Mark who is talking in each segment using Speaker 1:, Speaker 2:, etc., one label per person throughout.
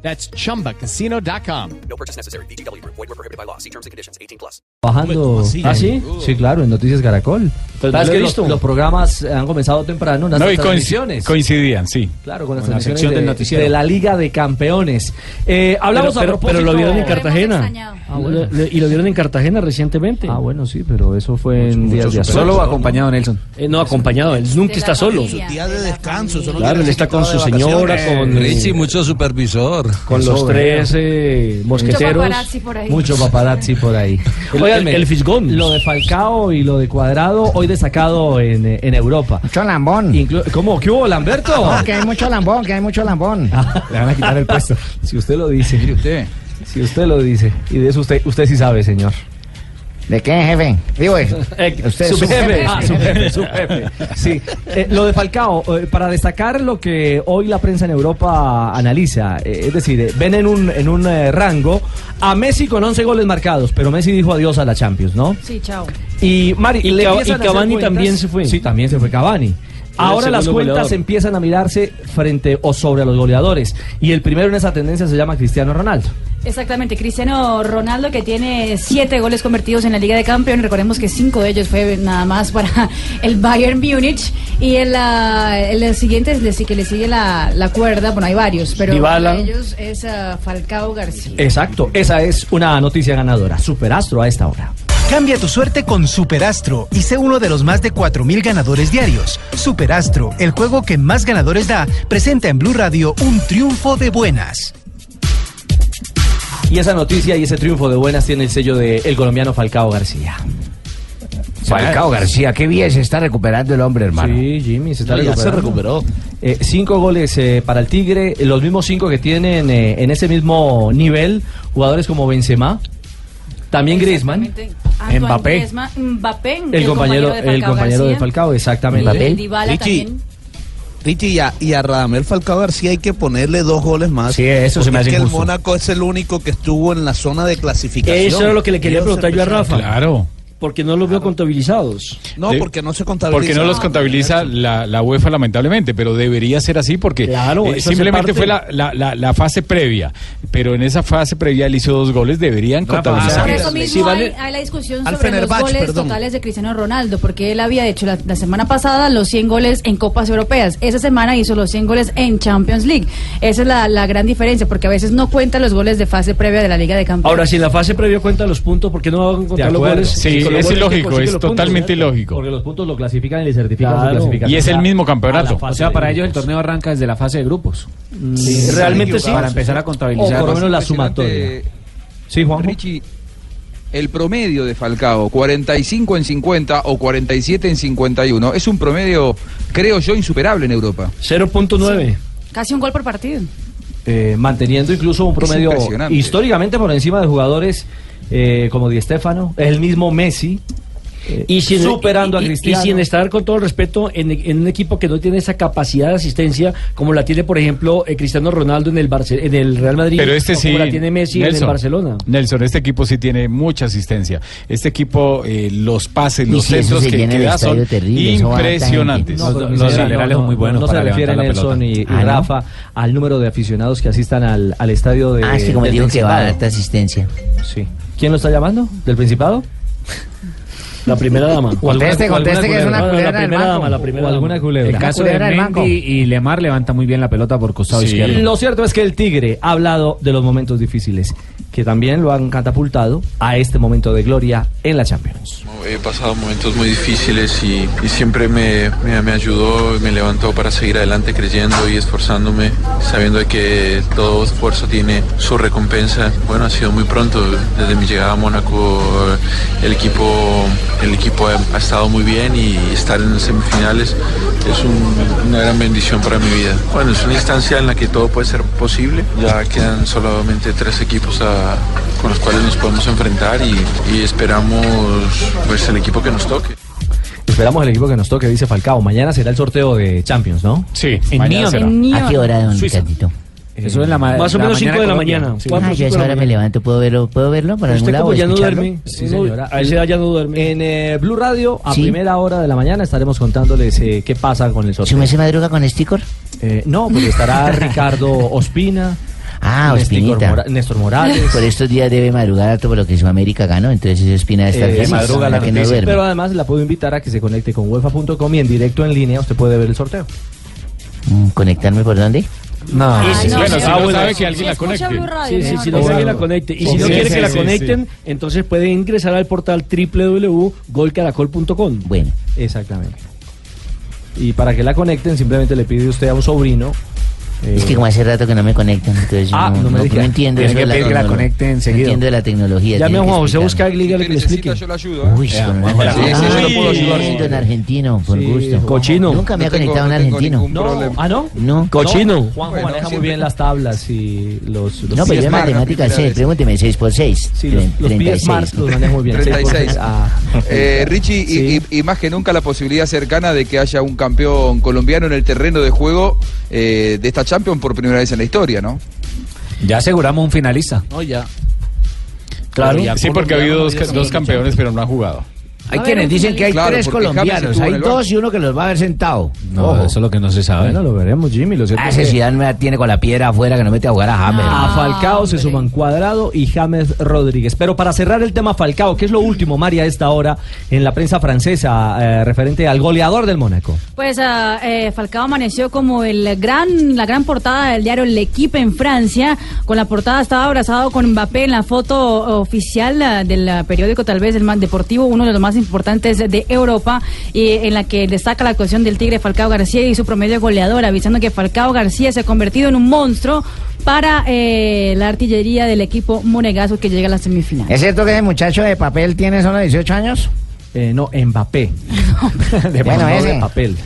Speaker 1: That's chumbacasino.com.
Speaker 2: No purchase necessary. BGW. Void were prohibited by law. See terms and conditions. 18 plus.
Speaker 3: Bajando.
Speaker 4: ¿Ah, sí?
Speaker 3: Sí, claro, en Noticias Caracol.
Speaker 4: Pues
Speaker 3: Claro,
Speaker 4: no lo he
Speaker 3: los-
Speaker 4: visto.
Speaker 3: Los, programas han comenzado temprano, las
Speaker 5: No, y coinci-
Speaker 3: transmisiones.
Speaker 5: coincidían, sí.
Speaker 3: claro, con las
Speaker 5: con la
Speaker 3: transmisiones
Speaker 5: sección
Speaker 3: de,
Speaker 5: del noticiero.
Speaker 3: de la Liga de Campeones. Eh, hablamos
Speaker 4: Pero-
Speaker 3: a
Speaker 4: pero-
Speaker 3: propósito...
Speaker 4: pero lo vieron en
Speaker 6: Lo hemos
Speaker 4: Cartagena.
Speaker 6: extrañado.
Speaker 3: Ah, bueno.
Speaker 4: Lo- lo- y lo vieron en Cartagena recientemente.
Speaker 3: Ah, bueno, sí, pero eso fue en días de azote.
Speaker 5: Solo acompañado Nelson.
Speaker 4: Eh, no, acompañado, él nunca
Speaker 6: De la
Speaker 4: está solo.
Speaker 6: familia,
Speaker 7: Días de
Speaker 6: la
Speaker 7: descanso, eso no
Speaker 4: Claro,
Speaker 7: quiere
Speaker 4: él
Speaker 7: decir
Speaker 4: está
Speaker 7: que
Speaker 4: con
Speaker 7: estaba
Speaker 4: su
Speaker 7: de vacaciones.
Speaker 4: señora, con,
Speaker 8: Richie, mucho supervisor.
Speaker 4: con los
Speaker 3: Eso,
Speaker 4: tres eh,
Speaker 6: Mucho
Speaker 4: mosqueteros.
Speaker 6: paparazzi por ahí.
Speaker 3: Mucho paparazzi por ahí.
Speaker 4: El-
Speaker 3: Óiganme,
Speaker 4: el- el fisgón.
Speaker 3: Lo de Falcao y lo de Cuadrado, hoy destacado en, eh, en Europa.
Speaker 9: Mucho lambón.
Speaker 3: Inclu- ¿Cómo? ¿Qué hubo, Lamberto?
Speaker 9: Ah, Que hay mucho lambón, que hay mucho lambón.
Speaker 3: Le van a quitar el puesto. Si usted lo dice,
Speaker 5: Usted.
Speaker 3: si usted lo dice. Y de eso usted, usted sí sabe, señor.
Speaker 9: ¿De qué, jefe? Digo, eh,
Speaker 4: Eh,
Speaker 9: usted,
Speaker 3: su
Speaker 9: su-
Speaker 3: jefe, ah, su jefe, su jefe. Sí, eh, lo de Falcao, eh, para destacar lo que hoy la prensa en Europa analiza, eh, es decir, eh, ven en un, en un eh, rango a Messi con 11 goles marcados, pero Messi dijo adiós a la Champions, ¿no?
Speaker 6: Sí, chao.
Speaker 3: Y, Mari,
Speaker 4: Y
Speaker 3: le
Speaker 4: Ca-
Speaker 3: empiezan
Speaker 4: y
Speaker 3: a hacer
Speaker 4: Cavani
Speaker 3: cuentas-
Speaker 4: también se fue.
Speaker 3: Sí, también se fue Cavani. Ahora
Speaker 4: el
Speaker 3: las
Speaker 4: segundo
Speaker 3: cuentas
Speaker 4: goleador.
Speaker 3: empiezan a mirarse frente o sobre a los goleadores. Y el primero en esa tendencia se llama Cristiano Ronaldo.
Speaker 6: Exactamente, Cristiano Ronaldo que tiene siete goles convertidos en la Liga de Campeones, recordemos que cinco de ellos fue nada más para el Bayern Múnich y el, ah, el siguiente es le- que le sigue la, la cuerda, bueno hay varios, pero
Speaker 4: Dybala.
Speaker 6: uno de ellos es ah, Falcao García.
Speaker 3: Exacto, esa es una noticia ganadora. Superastro a esta hora.
Speaker 7: Cambia tu suerte con Superastro y sé uno de los más de 4.000 ganadores diarios. Superastro, el juego que más ganadores da, presenta en Blue Radio un triunfo de buenas.
Speaker 3: Y esa noticia y ese triunfo de buenas tiene el sello del colombiano Falcao García.
Speaker 9: Falcao García, qué bien se está recuperando el hombre, hermano.
Speaker 3: Sí, Jimmy, se está
Speaker 4: Ya se
Speaker 3: recuperó. cinco goles eh, para el Tigre, los mismos cinco que tienen eh, en ese mismo nivel jugadores como Benzema, también Griezmann,
Speaker 6: Exactamente. Antoine
Speaker 4: Mbappé.
Speaker 6: Griezmann, Mbappé,
Speaker 3: el, compañero, el compañero de Falcao, exactamente.
Speaker 6: Mbappé.
Speaker 7: Richie.
Speaker 6: también.
Speaker 7: Richie, y a, y a Radamel Falcao García hay que ponerle dos goles más.
Speaker 4: Sí, eso
Speaker 7: porque
Speaker 4: se me hace
Speaker 7: es que
Speaker 4: injusto.
Speaker 7: el Mónaco es el único que estuvo en la zona de clasificación.
Speaker 4: Eso era lo que le quería
Speaker 7: Ellos
Speaker 4: preguntar yo a
Speaker 7: empezaron-
Speaker 4: Rafa.
Speaker 5: Claro.
Speaker 4: Porque no los veo contabilizados.
Speaker 7: No,
Speaker 5: Sí.
Speaker 7: porque no se contabiliza.
Speaker 5: Porque no los contabiliza la, la UEFA, lamentablemente, pero debería ser así porque eh,
Speaker 4: Claro, eso hace
Speaker 5: simplemente
Speaker 4: parte.
Speaker 5: fue la, la- la- la fase previa. Pero en esa fase previa él hizo dos goles, deberían
Speaker 6: Por
Speaker 5: contabilizar.
Speaker 6: eso mismo
Speaker 4: Si vale-
Speaker 6: hay, hay la discusión
Speaker 7: Al
Speaker 6: sobre los
Speaker 7: Fenerbahce,
Speaker 6: goles
Speaker 7: perdón.
Speaker 6: totales de Cristiano Ronaldo, porque él había hecho la, la semana pasada los 100 goles en Copas Europeas. Esa semana hizo los 100 goles en Champions League. Esa es la, la gran diferencia, porque a veces no cuentan los goles de fase previa de la Liga de Campeones.
Speaker 4: Ahora, si en la fase previa cuenta los puntos, ¿por qué no van a contar
Speaker 3: De
Speaker 4: los
Speaker 3: acuerdo.
Speaker 4: goles?
Speaker 5: Sí,
Speaker 4: Si con los
Speaker 5: es
Speaker 4: goles que
Speaker 5: ilógico,
Speaker 4: consigue
Speaker 5: es
Speaker 4: los puntos,
Speaker 5: totalmente
Speaker 4: ¿cierto?
Speaker 5: ilógico.
Speaker 3: Porque los puntos lo clasifican y le certifican
Speaker 4: Claro.
Speaker 3: su clasificación
Speaker 5: Y es el mismo
Speaker 3: a
Speaker 5: campeonato.
Speaker 3: la fase
Speaker 10: O sea, para
Speaker 3: de
Speaker 10: ellos el
Speaker 3: grupos. Mm,
Speaker 10: torneo arranca desde la fase de grupos.
Speaker 4: Sí, realmente sí.
Speaker 10: Para empezar a
Speaker 3: O
Speaker 10: contabilizar.
Speaker 3: por lo menos la sumatoria.
Speaker 11: impresionante,
Speaker 3: Sí, Juanjo.
Speaker 11: Richie, el promedio de Falcao, 45 en 50 o 47 en 51, es un promedio, creo yo, insuperable en Europa.
Speaker 4: 0.9.
Speaker 6: Casi un gol por partido.
Speaker 3: eh, manteniendo incluso un promedio
Speaker 11: impresionante.
Speaker 3: históricamente por encima de jugadores eh, como Di Stéfano, el mismo Messi, eh,
Speaker 4: Y sin,
Speaker 3: superando
Speaker 4: y- y-
Speaker 3: a
Speaker 4: y
Speaker 3: Cristiano.
Speaker 4: sin estar con todo el respeto en, e- en un equipo que no tiene esa capacidad de asistencia como la tiene, por ejemplo, eh, Cristiano Ronaldo en el, Barce- en el Real Madrid.
Speaker 5: Pero este
Speaker 4: o
Speaker 5: sí.
Speaker 4: Como la tiene Messi en el Barcelona.
Speaker 5: Nelson, este equipo sí tiene mucha asistencia. Este equipo, eh, los pases,
Speaker 9: Y
Speaker 5: los
Speaker 9: si eso
Speaker 5: centros
Speaker 9: se
Speaker 5: que,
Speaker 9: llena
Speaker 5: que
Speaker 9: el
Speaker 5: da son
Speaker 9: estadio terrible, eso va a dar tanta gente.
Speaker 5: impresionantes.
Speaker 3: No, pero
Speaker 10: Los-
Speaker 3: mi
Speaker 10: los
Speaker 3: señora,
Speaker 10: laterales son muy buenos
Speaker 3: no
Speaker 10: para
Speaker 3: se refiere
Speaker 10: levantar la
Speaker 3: Nelson y, y
Speaker 9: pelota. Ah, ¿no?
Speaker 3: Rafa al número de aficionados que asistan al, al estadio de.
Speaker 9: Ah, sí, como
Speaker 3: del
Speaker 9: digo que va a dar
Speaker 3: Principado.
Speaker 9: esta asistencia.
Speaker 3: Sí. ¿Quién lo está llamando? ¿Del Principado?
Speaker 4: La primera dama. O
Speaker 9: Conteste,
Speaker 4: alguna- o alguna
Speaker 9: conteste que es
Speaker 4: culebra.
Speaker 9: una
Speaker 4: No,
Speaker 9: culebra
Speaker 4: La
Speaker 9: del
Speaker 4: primera
Speaker 9: banco.
Speaker 4: dama, la primera
Speaker 3: ¿O
Speaker 4: dama.
Speaker 3: alguna
Speaker 10: El
Speaker 3: culebra?
Speaker 10: caso de
Speaker 9: culebra del banco.
Speaker 10: Mendy y Lemar levanta muy bien la pelota por costado
Speaker 5: Sí.
Speaker 10: izquierdo.
Speaker 3: Lo cierto es que el Tigre ha hablado de los momentos difíciles, que también lo han catapultado a este momento de gloria en la Champions.
Speaker 11: He pasado momentos muy difíciles y, y siempre me, me, me ayudó, me levantó para seguir adelante creyendo y esforzándome, sabiendo que todo esfuerzo tiene su recompensa. Bueno, ha sido muy pronto, desde mi llegada a Mónaco eh, el equipo, el equipo ha, ha estado muy bien y estar en semifinales es un- una gran bendición para mi vida. Bueno, es una instancia en la que todo puede ser posible, ya quedan solamente tres equipos a, para, con los cuales nos podemos enfrentar y, y esperamos pues, el equipo que nos toque.
Speaker 3: Esperamos el equipo que nos toque, dice Falcao. Mañana será el sorteo de Champions, ¿no?
Speaker 5: Sí,
Speaker 12: En Nyon. ¿A qué hora, don Ricardito?
Speaker 3: Eh, Eso es la ma-
Speaker 13: Más o
Speaker 3: la mañana
Speaker 13: menos 5 de la
Speaker 3: Colombia.
Speaker 13: mañana.
Speaker 3: Sí.
Speaker 13: cuatro,
Speaker 12: Ah, yo a
Speaker 13: cinco
Speaker 12: esa
Speaker 13: de la
Speaker 12: hora me
Speaker 13: mañana.
Speaker 12: levanto. ¿Puedo verlo, puedo verlo para algún
Speaker 13: Usted
Speaker 12: lado?
Speaker 13: como
Speaker 12: o
Speaker 13: ya no
Speaker 12: escucharlo?
Speaker 13: duerme,
Speaker 3: Sí,
Speaker 13: uno-
Speaker 3: señora.
Speaker 13: a esa edad ya no duerme.
Speaker 3: En eh, Blue Radio, a
Speaker 12: Sí.
Speaker 3: primera hora de la mañana, estaremos contándoles eh, qué pasa con el
Speaker 12: ¿Si
Speaker 3: sorteo.
Speaker 12: me se madruga con sticker?
Speaker 3: Eh, no, porque estará Ricardo Ospina,
Speaker 12: Ah,
Speaker 3: Néstor
Speaker 12: Ospinita.
Speaker 3: Mora- Néstor Morales.
Speaker 12: Por estos días debe madrugar harto por lo que Sudamérica ganó, entonces Espina está
Speaker 3: eh,
Speaker 12: feliz,
Speaker 3: madruga la
Speaker 12: que no
Speaker 3: noticia.
Speaker 12: duerme.
Speaker 3: pero además la puedo invitar a que se conecte con UEFA.com y en directo en línea usted puede ver el sorteo.
Speaker 12: Mm, ¿Conectarme por dónde?
Speaker 3: No,
Speaker 13: Ah, no,
Speaker 5: bueno,
Speaker 13: sí,
Speaker 5: si
Speaker 13: ah,
Speaker 5: no
Speaker 13: bueno,
Speaker 5: sabe
Speaker 13: sí,
Speaker 5: que alguien la
Speaker 6: Escucha
Speaker 5: conecte.
Speaker 6: Blue Radio,
Speaker 13: Sí, sí,
Speaker 6: ¿no?
Speaker 13: si no
Speaker 3: O-
Speaker 13: quiere que la conecten. Y si no
Speaker 5: Sí,
Speaker 13: quiere
Speaker 5: sí,
Speaker 13: que la
Speaker 5: sí,
Speaker 13: conecten, entonces puede ingresar al portal www.golcaracol.com.
Speaker 12: Bueno,
Speaker 3: Exactamente. Y para que la conecten, simplemente le pide usted a un sobrino. eh,
Speaker 12: es que como hace rato que no me conectan, entonces yo
Speaker 3: Ah,
Speaker 12: no,
Speaker 3: no me
Speaker 12: no-
Speaker 3: diga.
Speaker 12: no entiendo
Speaker 10: Tiene
Speaker 12: eso
Speaker 10: que
Speaker 12: de la
Speaker 10: pedir que la
Speaker 12: tecnolo-
Speaker 10: conecte
Speaker 12: no
Speaker 10: enseguida.
Speaker 12: entiendo de la tecnología.
Speaker 3: llame
Speaker 12: tiene
Speaker 3: a
Speaker 12: que
Speaker 3: Juan José Busca
Speaker 12: explicarme.
Speaker 3: y dígale que le explique. Ah,
Speaker 11: yo le ayudo.
Speaker 12: Uy, don
Speaker 5: Juan José,
Speaker 12: Argentino.
Speaker 5: sí, sí, yo lo puedo
Speaker 12: Ay,
Speaker 5: ayudar,
Speaker 12: don argentino, por
Speaker 3: Sí,
Speaker 12: gusto.
Speaker 3: cochino.
Speaker 12: Nunca me
Speaker 11: No
Speaker 12: ha conectado
Speaker 11: tengo-
Speaker 12: un
Speaker 11: no tengo
Speaker 12: argentino.
Speaker 11: ningún problema.
Speaker 3: ¿Ah, no?
Speaker 12: No.
Speaker 13: Cochino.
Speaker 3: No, Juanjo
Speaker 11: Bueno,
Speaker 3: maneja muy
Speaker 11: siempre.
Speaker 3: bien las tablas y los. los
Speaker 12: No, pero
Speaker 11: Sí,
Speaker 12: yo
Speaker 11: es
Speaker 12: en
Speaker 11: marca,
Speaker 12: matemáticas
Speaker 11: primera
Speaker 12: sé,
Speaker 11: vez.
Speaker 12: pregúnteme 6 por 6.
Speaker 3: Sí, los, los pies Mars los maneja muy bien. seis por
Speaker 14: 36.
Speaker 3: seis. Ah.
Speaker 14: Eh, Richie, y-
Speaker 3: Sí.
Speaker 14: y, y más que nunca la posibilidad cercana de que haya un campeón colombiano en el terreno de juego eh, de esta Champions por primera vez en la historia, ¿no?
Speaker 10: Ya aseguramos un finalista.
Speaker 9: No, ya.
Speaker 5: Claro.
Speaker 9: Pero ya
Speaker 5: Sí, porque ha habido dos,
Speaker 9: colombiano no
Speaker 5: dos campeones, pero no han jugado.
Speaker 9: Hay
Speaker 6: A ver,
Speaker 9: quienes
Speaker 6: un
Speaker 9: dicen que hay
Speaker 14: finalista.
Speaker 9: tres
Speaker 14: Claro, porque James
Speaker 9: colombianos,
Speaker 14: estuvo en
Speaker 9: hay
Speaker 14: el
Speaker 9: dos
Speaker 14: banco.
Speaker 9: y uno que los va a ver sentado.
Speaker 10: No,
Speaker 9: Ojo.
Speaker 10: eso es lo que no se sabe.
Speaker 3: Bueno, lo veremos, Jimmy. Lo cierto
Speaker 9: Ah,
Speaker 3: es
Speaker 9: ese
Speaker 3: que
Speaker 9: Zidane me tiene con la piedra afuera que no mete a jugar a James.
Speaker 3: A Falcao se
Speaker 6: hombre.
Speaker 3: suman Cuadrado y James Rodríguez. Pero para cerrar el tema Falcao, que es lo último, María, a esta hora en la prensa francesa eh, referente al goleador del Mónaco.
Speaker 6: Pues ah, eh, Falcao amaneció como el gran, la gran portada del diario L'Equipe en Francia. Con la portada estaba abrazado con Mbappé en la foto oficial ah, del ah, periódico, tal vez el más deportivo, uno de los más importantes de Europa, y en la que destaca la actuación del Tigre Falcao García y su promedio goleador, avisando que Falcao García se ha convertido en un monstruo para eh, la artillería del equipo monegazo que llega a la semifinal.
Speaker 9: ¿Es cierto que ese muchacho de papel tiene solo 18 años?
Speaker 3: Eh, no, Mbappé. de,
Speaker 9: Bueno,
Speaker 3: no,
Speaker 9: ese.
Speaker 3: de papel.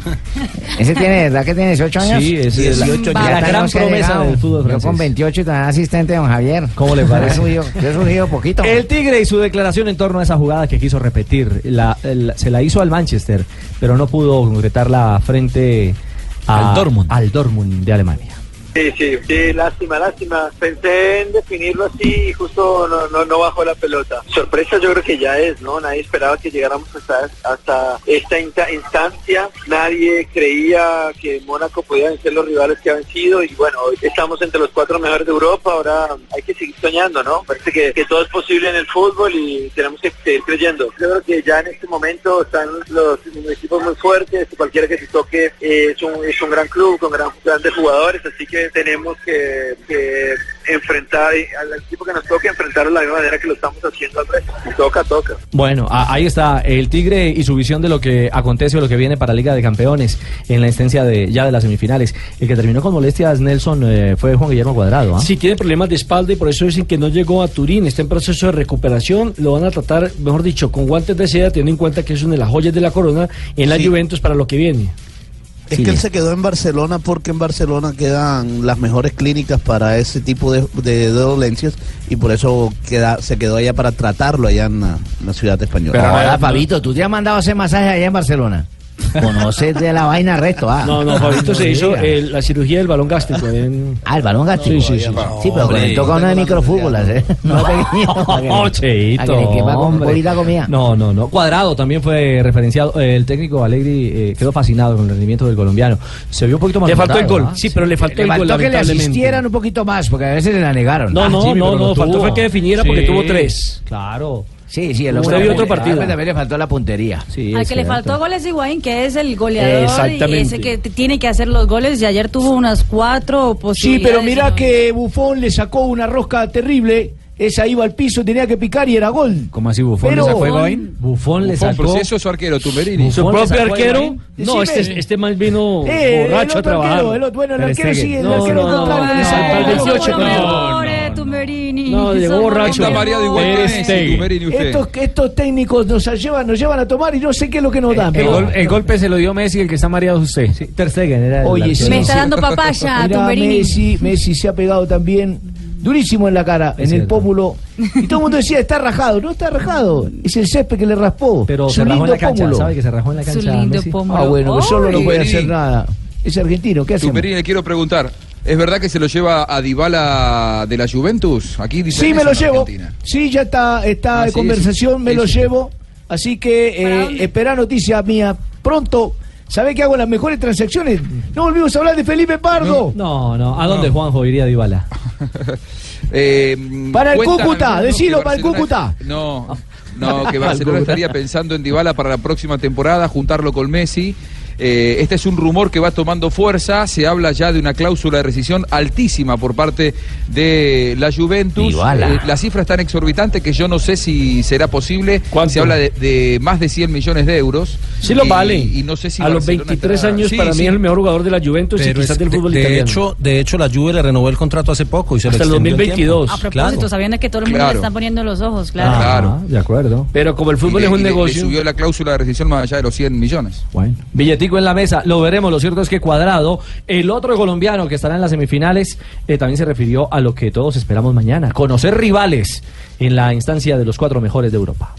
Speaker 9: ¿Ese tiene, verdad que tiene 18 años?
Speaker 3: Sí, ese es la-
Speaker 9: 18
Speaker 3: la
Speaker 9: Ya
Speaker 3: gran
Speaker 9: tenemos que
Speaker 3: promesa
Speaker 9: llegar.
Speaker 3: del fútbol
Speaker 9: Yo con
Speaker 3: francés.
Speaker 9: 28 y tan asistente de don Javier.
Speaker 3: ¿Cómo le parece?
Speaker 9: Yo he surgido- Yo he surgido poquito.
Speaker 3: El Tigre y su declaración en torno a esa jugada que quiso repetir. La- el- se la hizo al Manchester, pero no pudo concretarla frente a-
Speaker 10: Al Dortmund.
Speaker 3: al Dortmund de Alemania.
Speaker 4: Sí, sí, sí, lástima, lástima. Pensé en definirlo así y justo no, no, no bajó la pelota. Sorpresa yo creo que ya es, ¿no? Nadie esperaba que llegáramos hasta, hasta esta insta- instancia. Nadie creía que Mónaco podía vencer los rivales que ha vencido y bueno, hoy estamos entre los cuatro mejores de Europa. Ahora hay que seguir soñando, ¿no? Parece que, que todo es posible en el fútbol y tenemos que seguir creyendo. Yo creo que ya en este momento están los equipos muy fuertes, cualquiera que se toque eh, es, un, es un gran club con gran, grandes jugadores, así que tenemos que, que enfrentar y- al equipo que nos toque, enfrentarlo de la misma manera que lo estamos haciendo al resto. Si toca, toca.
Speaker 3: Bueno, a- ahí está el Tigre y su visión de lo que acontece o lo que viene para Liga de Campeones en la instancia de ya de las semifinales. El que terminó con molestias, Nelson, eh, fue Juan Guillermo Cuadrado. ¿ah?
Speaker 13: Sí, tiene problemas de espalda y por eso dicen que no llegó a Turín. Está en proceso de recuperación. Lo van a tratar, mejor dicho, con guantes de seda, teniendo en cuenta que es una de las joyas de la corona en la
Speaker 15: Sí.
Speaker 13: Juventus para lo que viene.
Speaker 15: Es
Speaker 12: Sí,
Speaker 15: que él
Speaker 12: le-
Speaker 15: se quedó en Barcelona porque en Barcelona quedan las mejores clínicas para ese tipo de, de dolencias y por eso queda, se quedó allá para tratarlo allá en la, en la ciudad española.
Speaker 9: Pero
Speaker 15: Ahora,
Speaker 9: ahora, Fabito, tú te has mandado a hacer masaje allá en Barcelona. Conoces de la vaina resto, ah.
Speaker 13: No, no, Fabito se
Speaker 9: diga.
Speaker 13: hizo eh, la cirugía del balón gástrico. en-
Speaker 9: Ah, el balón gástrico.
Speaker 13: Sí, sí, sí.
Speaker 9: Sí, pero
Speaker 16: Hombre,
Speaker 9: le toca
Speaker 15: tengo
Speaker 9: uno de
Speaker 15: la
Speaker 9: microfútbol, ¿eh? No, pequeñito. para que le-
Speaker 3: Oh,
Speaker 9: para
Speaker 3: Cheito,
Speaker 9: que le quepa con un
Speaker 3: hombre.
Speaker 9: poquito la comida.
Speaker 3: No, no, no. Cuadrado también fue referenciado. Eh, El técnico Alegri eh, quedó fascinado con el rendimiento del colombiano. Se vio un poquito más. ¿ah?
Speaker 13: Le faltó el gol. Sí, pero le faltó
Speaker 9: Le
Speaker 13: el gol,
Speaker 9: faltó que le
Speaker 13: lamentablemente.
Speaker 9: asistieran un poquito más, porque a veces se la negaron.
Speaker 13: No,
Speaker 9: Ah,
Speaker 13: no,
Speaker 9: sí,
Speaker 13: no,
Speaker 9: pero
Speaker 13: no. Faltó
Speaker 9: tuvo.
Speaker 13: fue que definiera porque tuvo tres.
Speaker 3: Claro.
Speaker 9: Sí, sí, el
Speaker 13: Usted
Speaker 9: hombre.
Speaker 13: vio otro
Speaker 9: Ah,
Speaker 13: partido.
Speaker 9: pero También le faltó la puntería.
Speaker 3: Sí,
Speaker 6: Al
Speaker 3: es
Speaker 6: que le
Speaker 3: cierto.
Speaker 6: faltó goles Higuaín, que es el goleador y
Speaker 13: Exactamente.
Speaker 6: ese que t- tiene que hacer los goles y ayer tuvo unas cuatro
Speaker 9: Sí,
Speaker 6: posibilidades.
Speaker 9: pero mira
Speaker 6: ¿no?
Speaker 9: que Bufón le sacó una rosca terrible. Esa iba al piso, tenía que picar y era gol.
Speaker 10: ¿Cómo así Bufón
Speaker 9: Pero-
Speaker 10: le sacó a Higuaín?
Speaker 3: Bufón le
Speaker 14: Bufón,
Speaker 3: sacó.
Speaker 14: pero si eso es su arquero, Tumberini.
Speaker 3: Bufón
Speaker 13: Su
Speaker 3: le
Speaker 13: propio
Speaker 3: sacó a
Speaker 13: arquero.
Speaker 3: Higuaín.
Speaker 13: No,
Speaker 9: Decime.
Speaker 13: este, este man vino
Speaker 9: Eh,
Speaker 13: borracho
Speaker 9: el
Speaker 13: a
Speaker 9: otro
Speaker 13: trabajar. este,
Speaker 9: arquero, el otro- bueno, el
Speaker 3: Ter
Speaker 9: arquero sí,
Speaker 3: Stegen.
Speaker 9: el
Speaker 13: No,
Speaker 9: arquero
Speaker 13: no, no,
Speaker 9: contrario
Speaker 13: no,
Speaker 9: le
Speaker 13: no,
Speaker 9: sacó
Speaker 13: tal
Speaker 9: el
Speaker 13: vez
Speaker 6: Somos
Speaker 9: gol.
Speaker 13: 18
Speaker 6: los
Speaker 13: no.
Speaker 6: mejores, Tumberini.
Speaker 13: No, llegó
Speaker 6: Somos los
Speaker 13: borracho.
Speaker 14: Santa María de
Speaker 6: mejores.
Speaker 5: Ter
Speaker 14: Iguain,
Speaker 5: Stegen.
Speaker 14: Tumberini usted.
Speaker 9: Estos, estos técnicos nos llevan, nos llevan a tomar y no sé qué es lo que nos dan.
Speaker 10: Eh, El,
Speaker 9: pero-
Speaker 10: gol- el golpe se lo dio Messi, el que está mareado es usted.
Speaker 3: Sí, Ter Stegen era el
Speaker 9: Oye,
Speaker 3: arquero.
Speaker 9: sí.
Speaker 6: Me está dando papaya,
Speaker 9: Mira,
Speaker 6: Tumberini.
Speaker 9: Messi, Messi se ha pegado también durísimo en la cara, en el pómulo. Y todo el mundo decía, está rajado. No está rajado, es el césped que le raspó.
Speaker 3: Pero
Speaker 9: Su
Speaker 3: se rajó en
Speaker 9: lindo
Speaker 3: la cancha,
Speaker 9: pómulo.
Speaker 3: ¿sabe que se rajó en la cancha? Messi?
Speaker 9: Ah, bueno, pues yo no le voy a
Speaker 14: Tupperini.
Speaker 9: hacer nada. Es argentino, ¿qué hacemos?
Speaker 14: Tupperini, le quiero preguntar. ¿Es verdad que se lo lleva a Dybala de la Juventus? Aquí dice
Speaker 9: Sí,
Speaker 14: eso
Speaker 9: me lo
Speaker 14: en
Speaker 9: llevo.
Speaker 14: Argentina.
Speaker 9: Sí, ya está, está
Speaker 14: Ah,
Speaker 9: de
Speaker 14: sí,
Speaker 9: conversación,
Speaker 14: sí.
Speaker 9: me
Speaker 14: Sí,
Speaker 9: lo
Speaker 14: sí.
Speaker 9: llevo. Así que eh, espera noticias mía pronto. ¿Sabés que hago las mejores transacciones? No volvimos a hablar de Felipe Pardo.
Speaker 3: No, no. ¿A dónde Juanjo iría Dybala?
Speaker 14: Eh,
Speaker 9: Para el
Speaker 14: cuentan
Speaker 9: Cúcuta,
Speaker 14: algunos que
Speaker 9: decilo, para el
Speaker 14: Barcelona- No, no, que Barcelona estaría pensando en Dybala para la próxima temporada, juntarlo con Messi. Eh, este es un rumor que va tomando fuerza. Se habla ya de una cláusula de rescisión altísima por parte de la Juventus. Eh,
Speaker 9: Dybala.
Speaker 14: la cifra es tan exorbitante que yo no sé si será posible. Se habla de, de más de 100 millones de euros.
Speaker 4: Sí lo
Speaker 14: Y-
Speaker 4: vale.
Speaker 14: Y no sé si
Speaker 4: a los
Speaker 14: Barcelona
Speaker 4: 23
Speaker 14: estará-
Speaker 4: años
Speaker 14: Sí,
Speaker 4: para
Speaker 14: sí.
Speaker 4: mí es el mejor jugador de la Juventus y
Speaker 8: Pero
Speaker 4: quizás
Speaker 8: es-
Speaker 4: del
Speaker 8: de-
Speaker 4: fútbol
Speaker 8: de,
Speaker 4: italiano.
Speaker 8: hecho, de hecho, la Juve le renovó el contrato hace poco y se
Speaker 4: Hasta el
Speaker 8: lo extendió
Speaker 4: 2022.
Speaker 8: tiempo.
Speaker 6: A propósito,
Speaker 8: Claro.
Speaker 6: sabiendo que todo el mundo
Speaker 14: Claro.
Speaker 6: le está poniendo los ojos, claro.
Speaker 3: Ah, de acuerdo.
Speaker 4: Pero como el
Speaker 14: Y
Speaker 4: fútbol
Speaker 14: le-
Speaker 4: es
Speaker 14: y
Speaker 4: un
Speaker 14: le- le
Speaker 4: negocio.
Speaker 14: subió la cláusula de rescisión más allá de los 100 millones.
Speaker 3: Billetico en la mesa, lo veremos. Lo cierto es que Cuadrado, el otro colombiano que estará en las semifinales, eh, también se refirió a lo que todos esperamos mañana: conocer rivales en la instancia de los cuatro mejores de Europa.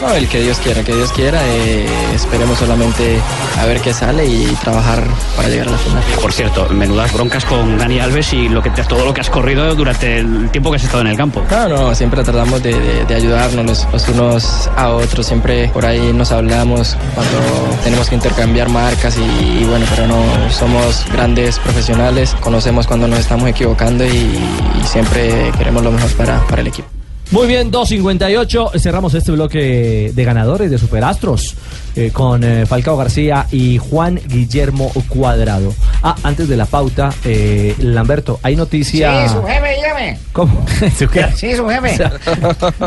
Speaker 17: No, el que Dios quiera, que Dios quiera. eh, esperemos solamente a ver qué sale y trabajar para llegar a la final.
Speaker 13: Por cierto, menudas broncas con Dani Alves y lo que te- todo lo que has corrido durante el tiempo que has estado en el campo.
Speaker 17: No, no, siempre tratamos de, de- de ayudarnos los, los unos a otros. Siempre por ahí nos hablamos cuando tenemos que intercambiar marcas y, y bueno, pero no somos grandes profesionales. Conocemos cuando nos estamos equivocando y, y siempre queremos lo mejor para, para el equipo.
Speaker 3: Muy bien, 2.58. Cerramos este bloque de ganadores de Superastros eh, con eh, Falcao García y Juan Guillermo Cuadrado. Ah, antes de la pauta, eh, Lamberto, hay noticia.
Speaker 18: Sí, su jefe, dígame.
Speaker 3: ¿Cómo? ¿Su qué?
Speaker 18: Sí, su jefe.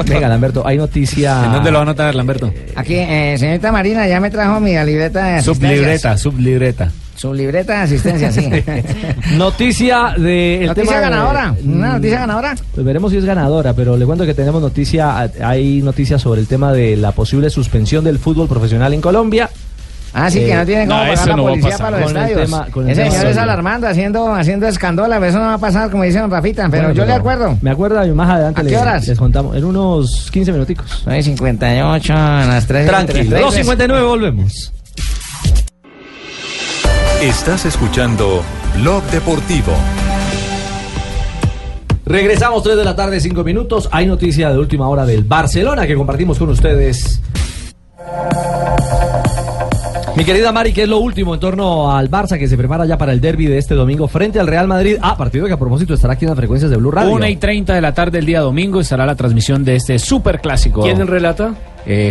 Speaker 3: Venga, Lamberto, hay noticia.
Speaker 10: ¿En dónde lo van a notar, Lamberto?
Speaker 18: Aquí, eh, señorita Marina, ya me trajo mi libreta
Speaker 4: Ah,
Speaker 18: de asistencias.
Speaker 10: Sublibreta, sublibreta.
Speaker 18: Sublibreta de asistencia, sí.
Speaker 3: Noticia de. el
Speaker 18: noticia
Speaker 3: tema de-
Speaker 18: ganadora. Una noticia ganadora.
Speaker 3: Pues veremos si es ganadora, pero le cuento que tenemos noticia, hay noticias sobre el tema de la posible suspensión del fútbol profesional en Colombia. Eh,
Speaker 18: Ah, sí, que no tiene cómo pagar la policía para los
Speaker 3: Con el
Speaker 18: estadios.
Speaker 3: tema- con el
Speaker 18: Ese
Speaker 3: tema
Speaker 18: señor es
Speaker 3: sobre-
Speaker 18: alarmando, haciendo, haciendo escandola. Eso no va a pasar, como dicen Rafita, pero
Speaker 3: Bueno,
Speaker 18: yo le acuerdo.
Speaker 3: Me acuerdo, y más adelante
Speaker 18: ¿A
Speaker 3: les,
Speaker 18: qué horas?
Speaker 3: les contamos. En unos 15 minuticos.
Speaker 18: 9.58, a las 3.
Speaker 3: Tranquilo, 2.59 volvemos.
Speaker 19: Estás escuchando Blog Deportivo.
Speaker 3: Regresamos 3 de la tarde, 5 minutos. Hay noticia de última hora del Barcelona que compartimos con ustedes. Mi querida Mari, ¿qué es lo último en torno al Barça que se prepara ya para el derby de este domingo frente al Real Madrid? Ah, partido que a propósito estará aquí en las frecuencias de Blue Radio.
Speaker 10: 1 y 30 de la tarde el día domingo estará la transmisión de este super clásico.
Speaker 4: ¿Quién relata?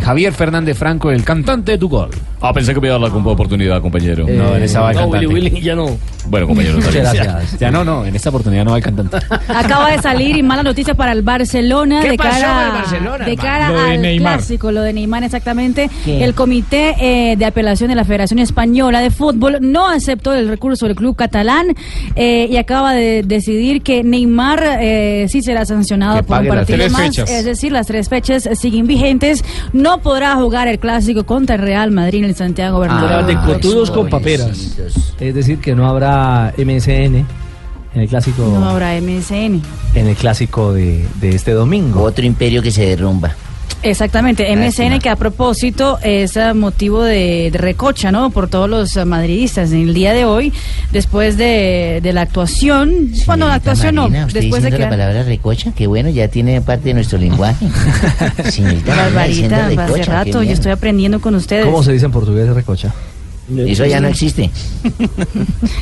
Speaker 10: Javier Fernández Franco, el cantante de tu gol.
Speaker 20: Ah, pensé que me iba a dar la compa oportunidad, compañero.
Speaker 10: no, en esa va el cantante.
Speaker 4: ya Eh, no.
Speaker 20: Bueno, compañero, está
Speaker 10: Muchas
Speaker 20: bien.
Speaker 10: gracias. Ya no, no, en esta oportunidad no va el cantante.
Speaker 6: Acaba de salir y mala noticia para el Barcelona
Speaker 18: ¿Qué
Speaker 6: de
Speaker 18: pasó
Speaker 6: cara,
Speaker 18: con el Barcelona,
Speaker 6: de
Speaker 18: hermano?
Speaker 6: cara
Speaker 18: Lo de
Speaker 6: al
Speaker 18: Neymar.
Speaker 6: clásico, lo de Neymar exactamente.
Speaker 18: ¿Qué?
Speaker 6: El comité eh, de apelación de la Federación Española de Fútbol no aceptó el recurso del club catalán eh, y acaba de decidir que Neymar eh, sí será sancionado
Speaker 21: Que
Speaker 6: por un
Speaker 21: pague las
Speaker 6: partido
Speaker 21: tres
Speaker 6: más.
Speaker 21: fechas.
Speaker 6: Es decir, las tres fechas siguen vigentes. No podrá jugar el clásico contra el Real Madrid en el Santiago Bernabéu.
Speaker 3: Será de cotudos con paperas. Ah, Es decir, que no habrá MSN en el clásico,
Speaker 6: No habrá MSN.
Speaker 3: en el clásico de, de este domingo.
Speaker 18: Otro imperio que se derrumba.
Speaker 6: Exactamente, MSN que a propósito es eh, motivo de, de recocha, ¿no? Por todos los eh, madridistas en el día de hoy, después de, de la actuación, bueno, la actuación no,
Speaker 18: usted
Speaker 6: después de
Speaker 18: diciendo
Speaker 6: que...
Speaker 18: la palabra recocha, que bueno, ya tiene parte de nuestro lenguaje. Señorita Marina diciendo
Speaker 6: Barbarita, hace
Speaker 18: recocha, qué
Speaker 6: rato, yo
Speaker 18: bien.
Speaker 6: estoy aprendiendo con ustedes.
Speaker 3: ¿Cómo se dice en portugués recocha?
Speaker 18: Eso ya no existe.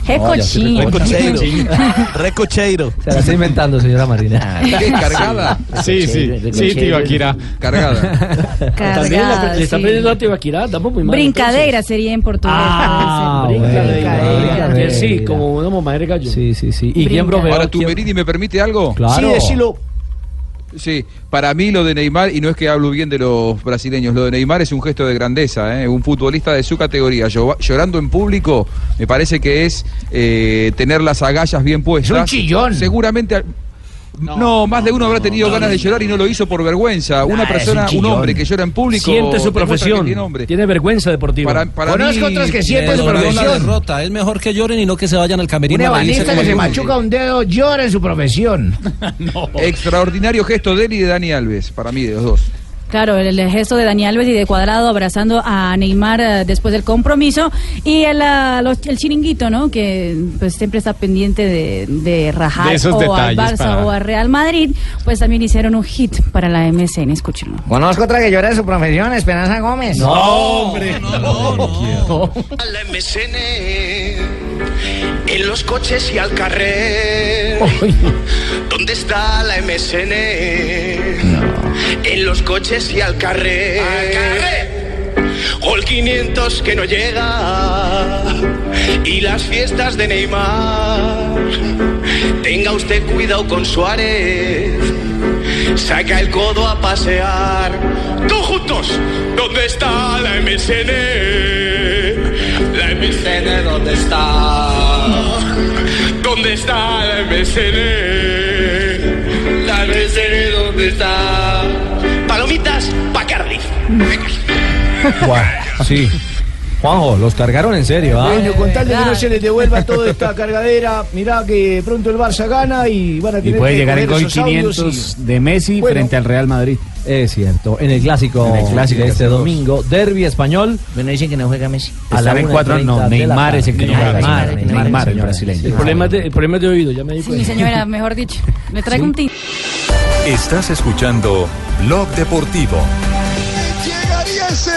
Speaker 6: Recochín.
Speaker 22: Recocheiro.
Speaker 3: Recocheiro. Se la está inventando, señora Marina.
Speaker 14: ¿Qué? ¿Cargada?
Speaker 5: Sí, sí, sí, Tibaquirá.
Speaker 14: Cargada.
Speaker 4: También la- le está
Speaker 6: sí.
Speaker 4: aprendiendo a Tibaquirá, damos muy mal.
Speaker 6: Brincadeira sería en portugués.
Speaker 4: Ah,
Speaker 6: parece.
Speaker 4: brincadeira.
Speaker 3: brincadeira.
Speaker 4: Sí, como una mamá de gallo.
Speaker 3: Sí, sí, sí.
Speaker 4: ¿Y quién
Speaker 14: Para
Speaker 4: bromeó?
Speaker 14: Para Tumberini, ¿me permite algo?
Speaker 3: Claro. Sí, decilo.
Speaker 14: Sí, para mí lo de Neymar, y no es que hablo bien de los brasileños, lo de Neymar es un gesto de grandeza, ¿eh? un futbolista de su categoría, llo- llorando en público, me parece que es eh, tener las agallas bien puestas.
Speaker 9: Es un chillón.
Speaker 14: Seguramente... al- No, más de uno habrá tenido ganas de llorar y no lo hizo por vergüenza. Una
Speaker 4: es un
Speaker 14: persona, un,
Speaker 4: chillón.
Speaker 14: hombre que llora en público.
Speaker 4: Siente su
Speaker 14: demuestra que
Speaker 4: profesión.
Speaker 14: tiene hombre.
Speaker 4: Tiene vergüenza deportiva.
Speaker 14: Para- para Conozco mí- otros que sienten
Speaker 8: Le
Speaker 14: su
Speaker 8: dobló la
Speaker 14: profesión.
Speaker 8: derrota. Es mejor que lloren y no que se vayan al
Speaker 9: Un
Speaker 8: camerino. a reírse
Speaker 9: evanista
Speaker 8: como
Speaker 9: que se
Speaker 8: el-
Speaker 9: machuca un dedo llora en su profesión.
Speaker 14: Extraordinario gesto de él y de Dani Alves, para mí, de los dos.
Speaker 6: Claro, el, el gesto de Dani Alves y de Cuadrado abrazando a Neymar eh, después del compromiso y el, ah, los- el chiringuito, ¿no? Que pues siempre está pendiente de, de rajar
Speaker 5: De esos
Speaker 6: o al
Speaker 5: detalles
Speaker 6: Barça
Speaker 5: para-
Speaker 6: o al Real Madrid, pues también hicieron un hit para la MSN, escúchenlo.
Speaker 9: Conozco otra que llora en su profesión, Esperanza Gómez.
Speaker 6: No,
Speaker 18: Ah,
Speaker 9: hombre.
Speaker 21: A la MCN, en los coches y al carrer. ¿Dónde está la MCN? En los coches y al carrer. Gol 500 que no llega y las fiestas de Neymar. Tenga usted cuidado con Suárez. Saca el codo a pasear. Todos juntos. ¿Dónde está la MSN? La MSN, ¿dónde está? ¿Dónde está la MSN? La MSN, ¿dónde está? Palomitas pa' Cardiff.
Speaker 3: Sí. Juanjo, los cargaron en serio, ¿ah?
Speaker 9: Bueno, con tal de que no se les devuelva toda esta cargadera, mirá que pronto el Barça gana y van a
Speaker 10: Y
Speaker 9: tener
Speaker 10: puede
Speaker 9: que
Speaker 10: llegar el
Speaker 9: poner
Speaker 10: gol
Speaker 9: esos audios
Speaker 10: 500
Speaker 9: y-
Speaker 10: de Messi
Speaker 9: Bueno.
Speaker 10: frente al Real Madrid.
Speaker 3: Es cierto, en el clásico,
Speaker 10: En el clásico
Speaker 3: de este
Speaker 10: clásico.
Speaker 3: domingo, derbi español.
Speaker 18: Bueno, dicen que no juega Messi.
Speaker 3: A la
Speaker 10: Estar en
Speaker 3: una
Speaker 10: cuatro,
Speaker 3: treinta
Speaker 10: no,
Speaker 3: de la
Speaker 10: Neymar
Speaker 3: tarde.
Speaker 10: es el que no juega.
Speaker 3: Neymar,
Speaker 10: Neymar,
Speaker 3: Neymar,
Speaker 10: Neymar, el
Speaker 3: señora.
Speaker 10: brasileño.
Speaker 4: El problema, es de, el problema es de oído, ya me di
Speaker 6: Sí, mi
Speaker 4: cuenta.
Speaker 6: señora, mejor dicho. Me traigo un tinto.
Speaker 19: Estás escuchando Blog Deportivo.
Speaker 12: Llegaría ese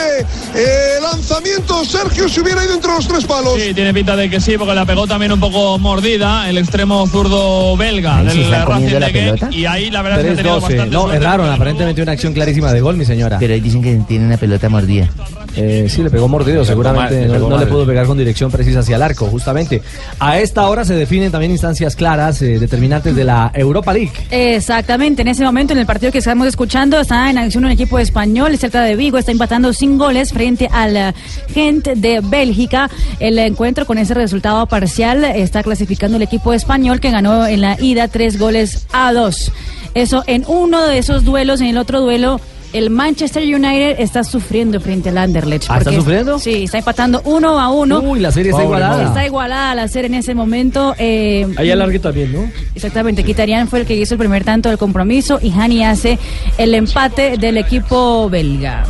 Speaker 12: eh, lanzamiento, Sergio, si hubiera ido entre los tres palos.
Speaker 23: Sí, tiene pinta de que sí, porque la pegó también un poco mordida el extremo zurdo belga
Speaker 3: Ahí se
Speaker 23: del
Speaker 3: están
Speaker 23: Racing
Speaker 3: comiendo la
Speaker 23: de Genk,
Speaker 3: pelota.
Speaker 23: Y ahí la verdad es que ha tenido
Speaker 3: 3-12.
Speaker 23: bastante
Speaker 3: No,
Speaker 23: suerte.
Speaker 3: erraron aparentemente una acción clarísima de gol, mi señora.
Speaker 18: Pero ahí dicen que tiene una pelota mordida.
Speaker 3: Eh, sí, le pegó mordido,
Speaker 18: Le pegó
Speaker 3: seguramente
Speaker 18: mal, le
Speaker 3: no-
Speaker 18: pegó
Speaker 3: no, le
Speaker 18: mal.
Speaker 3: pudo pegar con dirección precisa hacia el arco, justamente. A esta hora se definen también instancias claras, eh, determinantes de la Europa League.
Speaker 6: Exactamente, en ese momento, en el partido que estamos escuchando, está en acción un equipo español, el Celta de Vigo, está empatando sin goles frente al eh, Gent de Bélgica. El encuentro con ese resultado parcial está clasificando el equipo español que ganó en la ida tres goles a dos. Eso en uno de esos duelos, en el otro duelo. El Manchester United está sufriendo frente al Anderlecht.
Speaker 3: Ah, ¿está
Speaker 6: porque-
Speaker 3: sufriendo?
Speaker 6: Sí, está empatando uno a uno.
Speaker 3: Uy, la serie está Pobre igualada. Mora.
Speaker 6: Está igualada la serie en ese momento. eh,
Speaker 4: Ahí alargue también, ¿no?
Speaker 6: Exactamente, Quitarian fue el que hizo el primer tanto del compromiso y Hani hace el empate del equipo belga.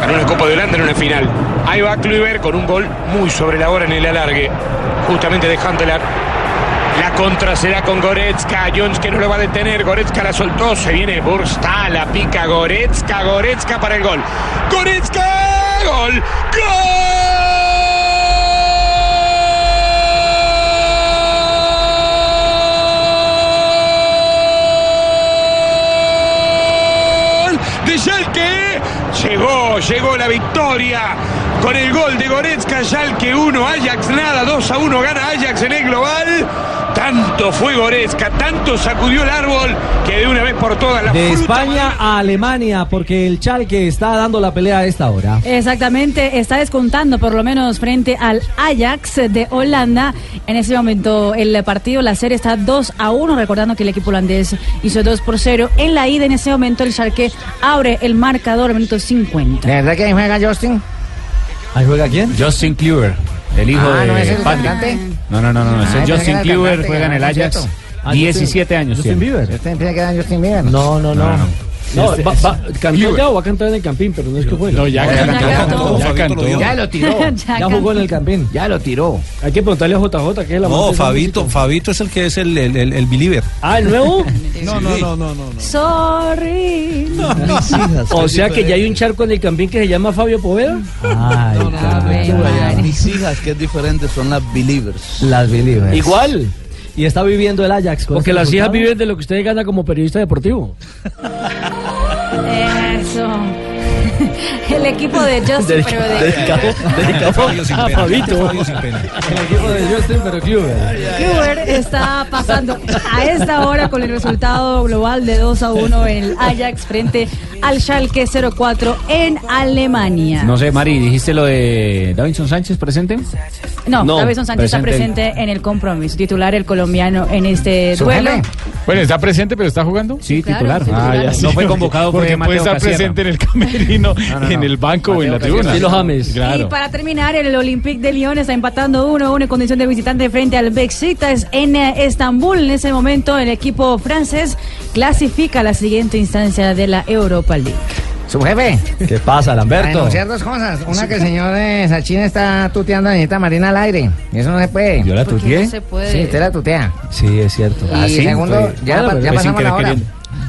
Speaker 24: Ganó la Copa de Holanda en una final. Ahí va Kluivert con un gol muy sobre la hora en el alargue, justamente de Huntelaar. La contra será con Goretzka, Jones que no lo va a detener, Goretzka la soltó, se viene Bursta, la pica Goretzka, Goretzka para el gol. Goretzka, gol, gol de Schalke. Llegó, llegó la victoria con el gol de Goretzka, Schalke 1, Ajax nada, 2 a 1 gana Ajax en el global. Tanto fue Goretzka, tanto sacudió el árbol que de una vez por todas la
Speaker 3: De
Speaker 24: fruta
Speaker 3: España a Alemania, porque el Chalke está dando la pelea a esta hora.
Speaker 6: Exactamente, está descontando por lo menos frente al Ajax de Holanda. En ese momento el partido, la serie está 2 a 1, recordando que el equipo holandés hizo 2 por 0. En la ida, en ese momento, el Schalke abre el marcador, minuto 50.
Speaker 10: verdad que ahí juega Justin?
Speaker 3: ¿Ahí juega quién?
Speaker 10: Justin Kluivert, el hijo
Speaker 6: Ah,
Speaker 10: de
Speaker 6: ¿no es el
Speaker 10: Patrick.
Speaker 6: cantante?
Speaker 10: No, no, no, no, ese
Speaker 6: Ah,
Speaker 10: es
Speaker 6: pensé que
Speaker 10: Justin
Speaker 6: era el
Speaker 10: Kluivert,
Speaker 6: cantante,
Speaker 10: juega en el
Speaker 6: no, no es
Speaker 10: Ajax,
Speaker 6: cierto.
Speaker 3: Ah,
Speaker 10: 17 años
Speaker 3: Justin
Speaker 10: tiene.
Speaker 3: Bieber.
Speaker 18: Este
Speaker 10: No, no, no.
Speaker 4: No,
Speaker 10: Este-
Speaker 4: va, va- cantó
Speaker 10: Kluivert.
Speaker 4: ya o va a cantar en el Campín, pero no es que juegue.
Speaker 10: No, ya Ya cantó, cantó, ya ya cantó. cantó.
Speaker 4: Ya lo tiró.
Speaker 10: Ya
Speaker 4: Ya jugó en el Campín. Ya lo tiró. Hay que preguntarle a JJ que es la
Speaker 8: No, Fabito, Fabito es el que es el, el, el- el believer.
Speaker 4: Ah, ¿el nuevo?
Speaker 8: No, no, no, no,
Speaker 6: Sorry.
Speaker 4: O sea que ya hay un charco en el Campín que se llama Fabio Poveda.
Speaker 3: No,
Speaker 22: Mis hijas, que es diferente, son las believers.
Speaker 3: Las believers. Igual. Y está viviendo el Ajax. con
Speaker 4: Porque
Speaker 3: este
Speaker 4: las hijas
Speaker 3: resultado.
Speaker 4: viven de lo que usted gana como periodista deportivo.
Speaker 6: Eso. El equipo de Justin, pero de...
Speaker 4: Ah, Fabito.
Speaker 3: El equipo de Justin, pero Kluivert.
Speaker 6: Kluber está pasando a esta hora con el resultado global de 2 a 1 en el Ajax frente al Schalke 04 en Alemania.
Speaker 10: No sé, Mari, dijiste lo de Davinson Sánchez presente.
Speaker 6: No,
Speaker 5: No,
Speaker 6: Davidson Sánchez
Speaker 5: presente.
Speaker 6: está presente en el compromiso. Titular el colombiano en este duelo.
Speaker 5: Bueno, está presente, pero está jugando.
Speaker 10: Sí,
Speaker 6: Claro, titular. sí,
Speaker 5: Ah,
Speaker 6: titular.
Speaker 5: ya, sí.
Speaker 10: No fue convocado, fue
Speaker 5: porque puede
Speaker 10: Mateo
Speaker 5: estar
Speaker 10: Casierra.
Speaker 5: presente en el camerino, en el banco o en la tribuna.
Speaker 4: Casierra. Y los James.
Speaker 5: Claro.
Speaker 6: Y para terminar, el Olympique de Lyon está empatando 1-1 en condición de visitante frente al Besiktas en eh, Estambul. En ese momento, el equipo francés clasifica a la siguiente instancia de la Europa League.
Speaker 18: Su jefe. Ah,
Speaker 3: ¿Qué pasa,
Speaker 18: Para
Speaker 3: Lamberto?
Speaker 18: denunciar dos cosas. Una que el señor eh, Sachin está tuteando a Anita Marina al aire. Y eso no se puede.
Speaker 3: ¿Yo la ¿Por qué tuteé? no se puede?
Speaker 18: Sí, usted la tutea.
Speaker 3: Ah, Sí, es cierto.
Speaker 18: Y segundo, ya, pa- ya pasamos la hora.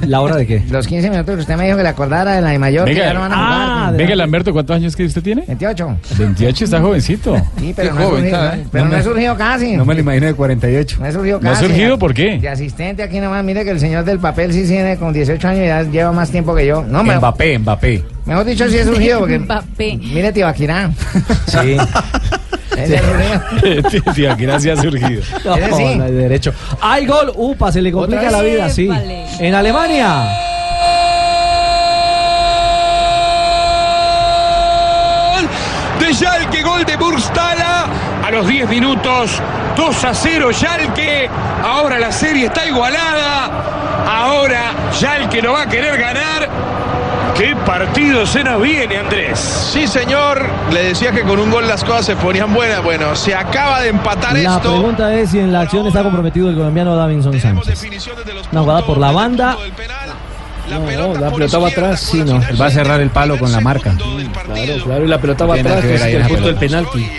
Speaker 3: ¿La hora de qué?
Speaker 18: Los 15 minutos que usted me dijo que le acordara de la de mayor. que ya lo
Speaker 5: Venga,
Speaker 18: van a jugar. pues.
Speaker 5: ah, venga, Lamberto, ¿cuántos años que usted tiene?
Speaker 18: 28.
Speaker 5: 28, está jovencito. ¿eh?
Speaker 18: Sí, pero no, ha surgido, ¿no? Pero no ha surgido casi.
Speaker 10: No me lo imagino de 48.
Speaker 18: No ha surgido
Speaker 5: ¿No ha
Speaker 18: casi.
Speaker 5: surgido? ¿Por qué?
Speaker 18: De asistente aquí nomás, mire que el señor del papel sí tiene con 18 años ya lleva más tiempo que yo. No, me,
Speaker 10: Mbappé, Mbappé.
Speaker 18: mejor dicho, sí he surgido porque... Mire, Tibaquirá.
Speaker 3: Sí.
Speaker 18: Ese es Rodrigo.
Speaker 5: Tía, gracias, ha surgido.
Speaker 3: No,
Speaker 18: Era así.
Speaker 3: no hay derecho. ¡Hay gol! ¡Upa! Se le complica
Speaker 18: ¿Otra
Speaker 3: la
Speaker 18: vez?
Speaker 3: vida, sí.
Speaker 18: Épale.
Speaker 3: En Alemania.
Speaker 24: de Schalke, gol de Burstala a los 10 minutos, 2 a 0 Schalke, ahora la serie está igualada, ahora Schalke no va a querer ganar. ¿Qué partido se nos viene, Andrés?
Speaker 1: Sí, señor. Le decía que con un gol las cosas se ponían buenas. Bueno, se acaba de empatar
Speaker 3: La
Speaker 1: esto.
Speaker 3: pregunta es si en la acción está comprometido el colombiano Davinson Sánchez. Una jugada por la banda.
Speaker 4: No, la pelota va atrás, sí, no.
Speaker 10: Él va a cerrar el palo con la marca.
Speaker 4: Claro, claro, y la pelota va
Speaker 10: Tiene
Speaker 4: atrás,
Speaker 10: que
Speaker 4: que
Speaker 10: ver
Speaker 4: es
Speaker 10: ahí
Speaker 4: el
Speaker 10: la
Speaker 4: punto del
Speaker 10: pelota.
Speaker 4: penalti.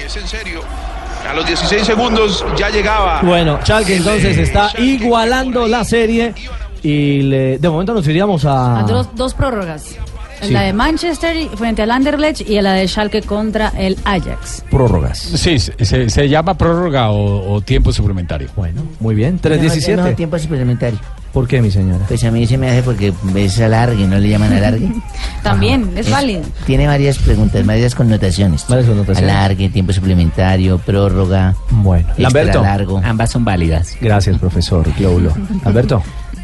Speaker 1: A los 16 segundos ya llegaba.
Speaker 3: Bueno, Schalke entonces está igualando la serie. Y le- de momento nos iríamos
Speaker 6: A
Speaker 10: Ah.
Speaker 3: a.
Speaker 6: dos, dos prórrogas.
Speaker 3: Sí.
Speaker 6: La de Manchester frente al Anderlecht y la de Schalke contra el Ajax.
Speaker 3: Prórrogas.
Speaker 5: Sí, se, se- se llama prórroga o, o tiempo suplementario.
Speaker 3: Bueno, muy bien.
Speaker 18: No, no,
Speaker 3: 3.17.
Speaker 18: tiempo suplementario.
Speaker 3: ¿Por qué, mi señora?
Speaker 18: Pues a mí se me hace porque es alargue, no le llaman alargue.
Speaker 6: También, es
Speaker 18: Es-
Speaker 6: válido.
Speaker 18: Tiene varias preguntas, varias connotaciones. Varias connotaciones. Alargue, tiempo suplementario, prórroga.
Speaker 3: Bueno, Lamberto.
Speaker 18: largo. Ambas son válidas.
Speaker 3: Gracias, profesor Globlo. Alberto.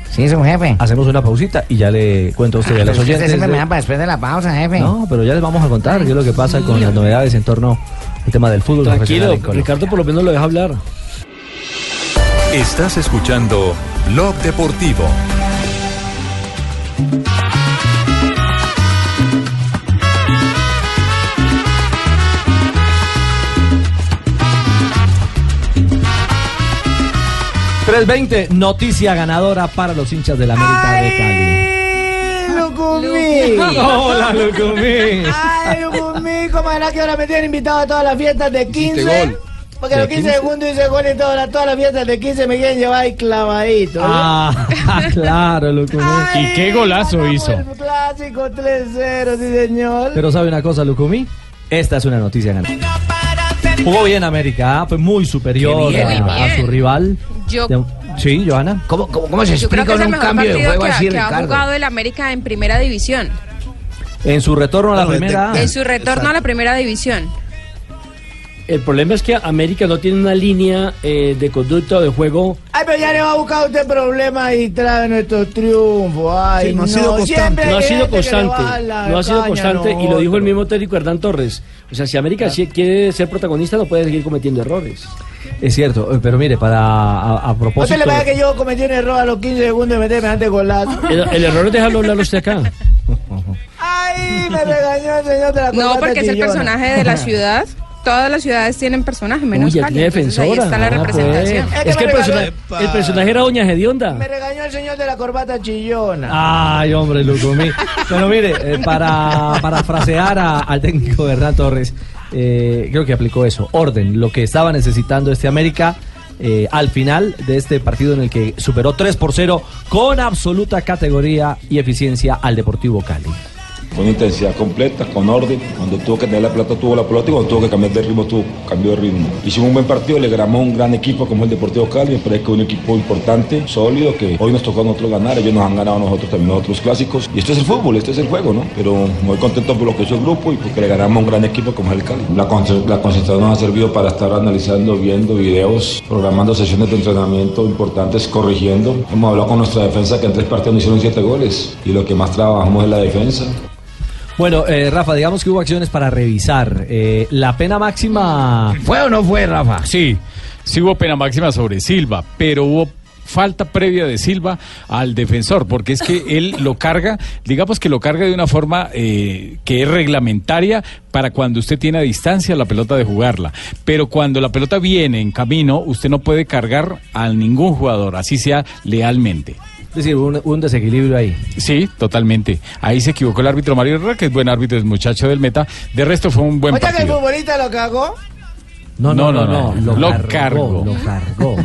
Speaker 18: Sí, es un jefe.
Speaker 3: Hacemos una pausita y ya le cuento a usted y a los
Speaker 18: Usted
Speaker 3: oyentes.
Speaker 18: siempre
Speaker 3: de-
Speaker 18: me da para después de la pausa, jefe.
Speaker 3: No, pero ya les vamos a contar qué es lo que pasa con las novedades en torno al tema del fútbol profesional
Speaker 4: Tranquilo,
Speaker 3: en Colombia.
Speaker 4: Ricardo por lo menos lo deja hablar.
Speaker 19: Estás escuchando Blog Deportivo.
Speaker 3: veinte noticia ganadora para los hinchas de la América de Cali.
Speaker 9: Lucumí.
Speaker 3: Hola, Lucumí.
Speaker 9: Ay, Lucumí, ¿cómo era que ahora me tienen invitado a todas las fiestas de 15?
Speaker 3: gol.
Speaker 9: Porque
Speaker 3: ¿De
Speaker 9: los 15
Speaker 3: 15?
Speaker 9: segundos hice gol y todas las, todas las fiestas de 15 me quieren llevar ahí clavadito. ¿eh? ¿no?
Speaker 3: Ah, claro, Lucumí.
Speaker 5: ¿Y qué golazo hizo?
Speaker 9: Clásico 3-0, sí señor.
Speaker 3: Pero sabe una cosa, Lucumí, esta es una noticia ganadora. Jugó bien América, ah, fue muy superior
Speaker 9: Qué bien.
Speaker 3: a,
Speaker 9: Muy
Speaker 3: a
Speaker 9: bien.
Speaker 3: su rival.
Speaker 2: Yo-
Speaker 3: De- Sí, Joana.
Speaker 9: ¿Cómo, cómo,
Speaker 3: Pues
Speaker 2: Yo creo que es el mejor partido que, ha- que ha jugado el América en primera división.
Speaker 3: En su retorno a la
Speaker 4: Bueno,
Speaker 3: primera.
Speaker 4: de-
Speaker 2: En su retorno a la primera división.
Speaker 4: El problema es que América no tiene una línea eh, de conducta o de juego.
Speaker 9: Ay, pero ya le va a buscar usted problemas y trae nuestros triunfos. Ay,
Speaker 4: Sí, no ha sido constante.
Speaker 9: siempre hay
Speaker 4: No ha sido
Speaker 9: gente que le
Speaker 4: constante.
Speaker 9: baja la
Speaker 4: No ha sido
Speaker 9: caña,
Speaker 4: constante
Speaker 9: no.
Speaker 4: y lo dijo el mismo técnico Hernán Torres. O sea, si América sí quiere ser protagonista, no puede seguir cometiendo errores.
Speaker 3: Es cierto, eh, pero mire, para a, a
Speaker 9: No se
Speaker 3: propósito.
Speaker 9: le vaya que yo cometí un error a los 15 segundos de meterme antes golazo.
Speaker 4: El, el error es dejarlo hablar usted acá.
Speaker 9: Ay, me regañó el señor de la
Speaker 2: No,
Speaker 9: corbata
Speaker 2: porque es el
Speaker 9: chillona.
Speaker 2: personaje de la ciudad. Todas las ciudades tienen personaje,
Speaker 3: Uh.
Speaker 2: menos
Speaker 4: Uy, ya
Speaker 2: Cali.
Speaker 4: tiene
Speaker 2: Entonces, ahí
Speaker 4: defensora.
Speaker 2: está la
Speaker 4: Ah, pues.
Speaker 2: representación.
Speaker 4: Es que el, persona- el personaje era Doña Gedionda.
Speaker 9: Me regañó el señor de la corbata chillona.
Speaker 3: Ah, Ay, hombre, Lucumí. Bueno, mire, eh, para parafrasear a- al técnico Hernán Torres, eh, creo que aplicó eso. Orden, lo que estaba necesitando este América eh, al final de este partido en el que superó 3 por 0 con absoluta categoría y eficiencia al Deportivo Cali.
Speaker 7: Con intensidad completa, con orden. Cuando tuvo que tener la pelota, tuvo la pelota y cuando tuvo que cambiar de ritmo, tuvo cambió de ritmo. Hicimos un buen partido, le ganamos a un gran equipo como el Deportivo Cali. Me parece que es un equipo importante, sólido, que hoy nos tocó a nosotros ganar. Ellos nos han ganado a nosotros también los otros clásicos. Y esto es el fútbol, este es el juego, ¿no? Pero muy contento por lo que hizo el grupo y porque le ganamos a un gran equipo como es el Cali. La, conce- la concentración nos ha servido para estar analizando, viendo videos, programando sesiones de entrenamiento importantes, corrigiendo. Hemos hablado con nuestra defensa que en tres partidos nos hicieron siete goles y lo que más trabajamos es la defensa.
Speaker 3: Bueno, eh, Rafa, digamos que hubo acciones para revisar. Eh, la pena máxima.
Speaker 5: ¿Fue o no fue, Rafa? Sí, sí hubo pena máxima sobre Silva, pero hubo falta previa de Silva al defensor, porque es que él lo carga, digamos que lo carga de una forma eh, que es reglamentaria para cuando usted tiene a distancia la pelota de jugarla. Pero cuando la pelota viene en camino, usted no puede cargar a ningún jugador, así sea lealmente.
Speaker 3: Es decir, un, un desequilibrio ahí.
Speaker 5: Sí, totalmente. Ahí se equivocó el árbitro Mario Herrera, que es buen árbitro, es muchacho del meta. De resto fue un buen
Speaker 11: ¿Oye que el
Speaker 5: partido.
Speaker 11: futbolista lo cagó?
Speaker 3: No, no, no, no,
Speaker 5: no,
Speaker 3: lo,
Speaker 5: lo
Speaker 3: cargó,
Speaker 5: cargo.
Speaker 3: Lo cargó.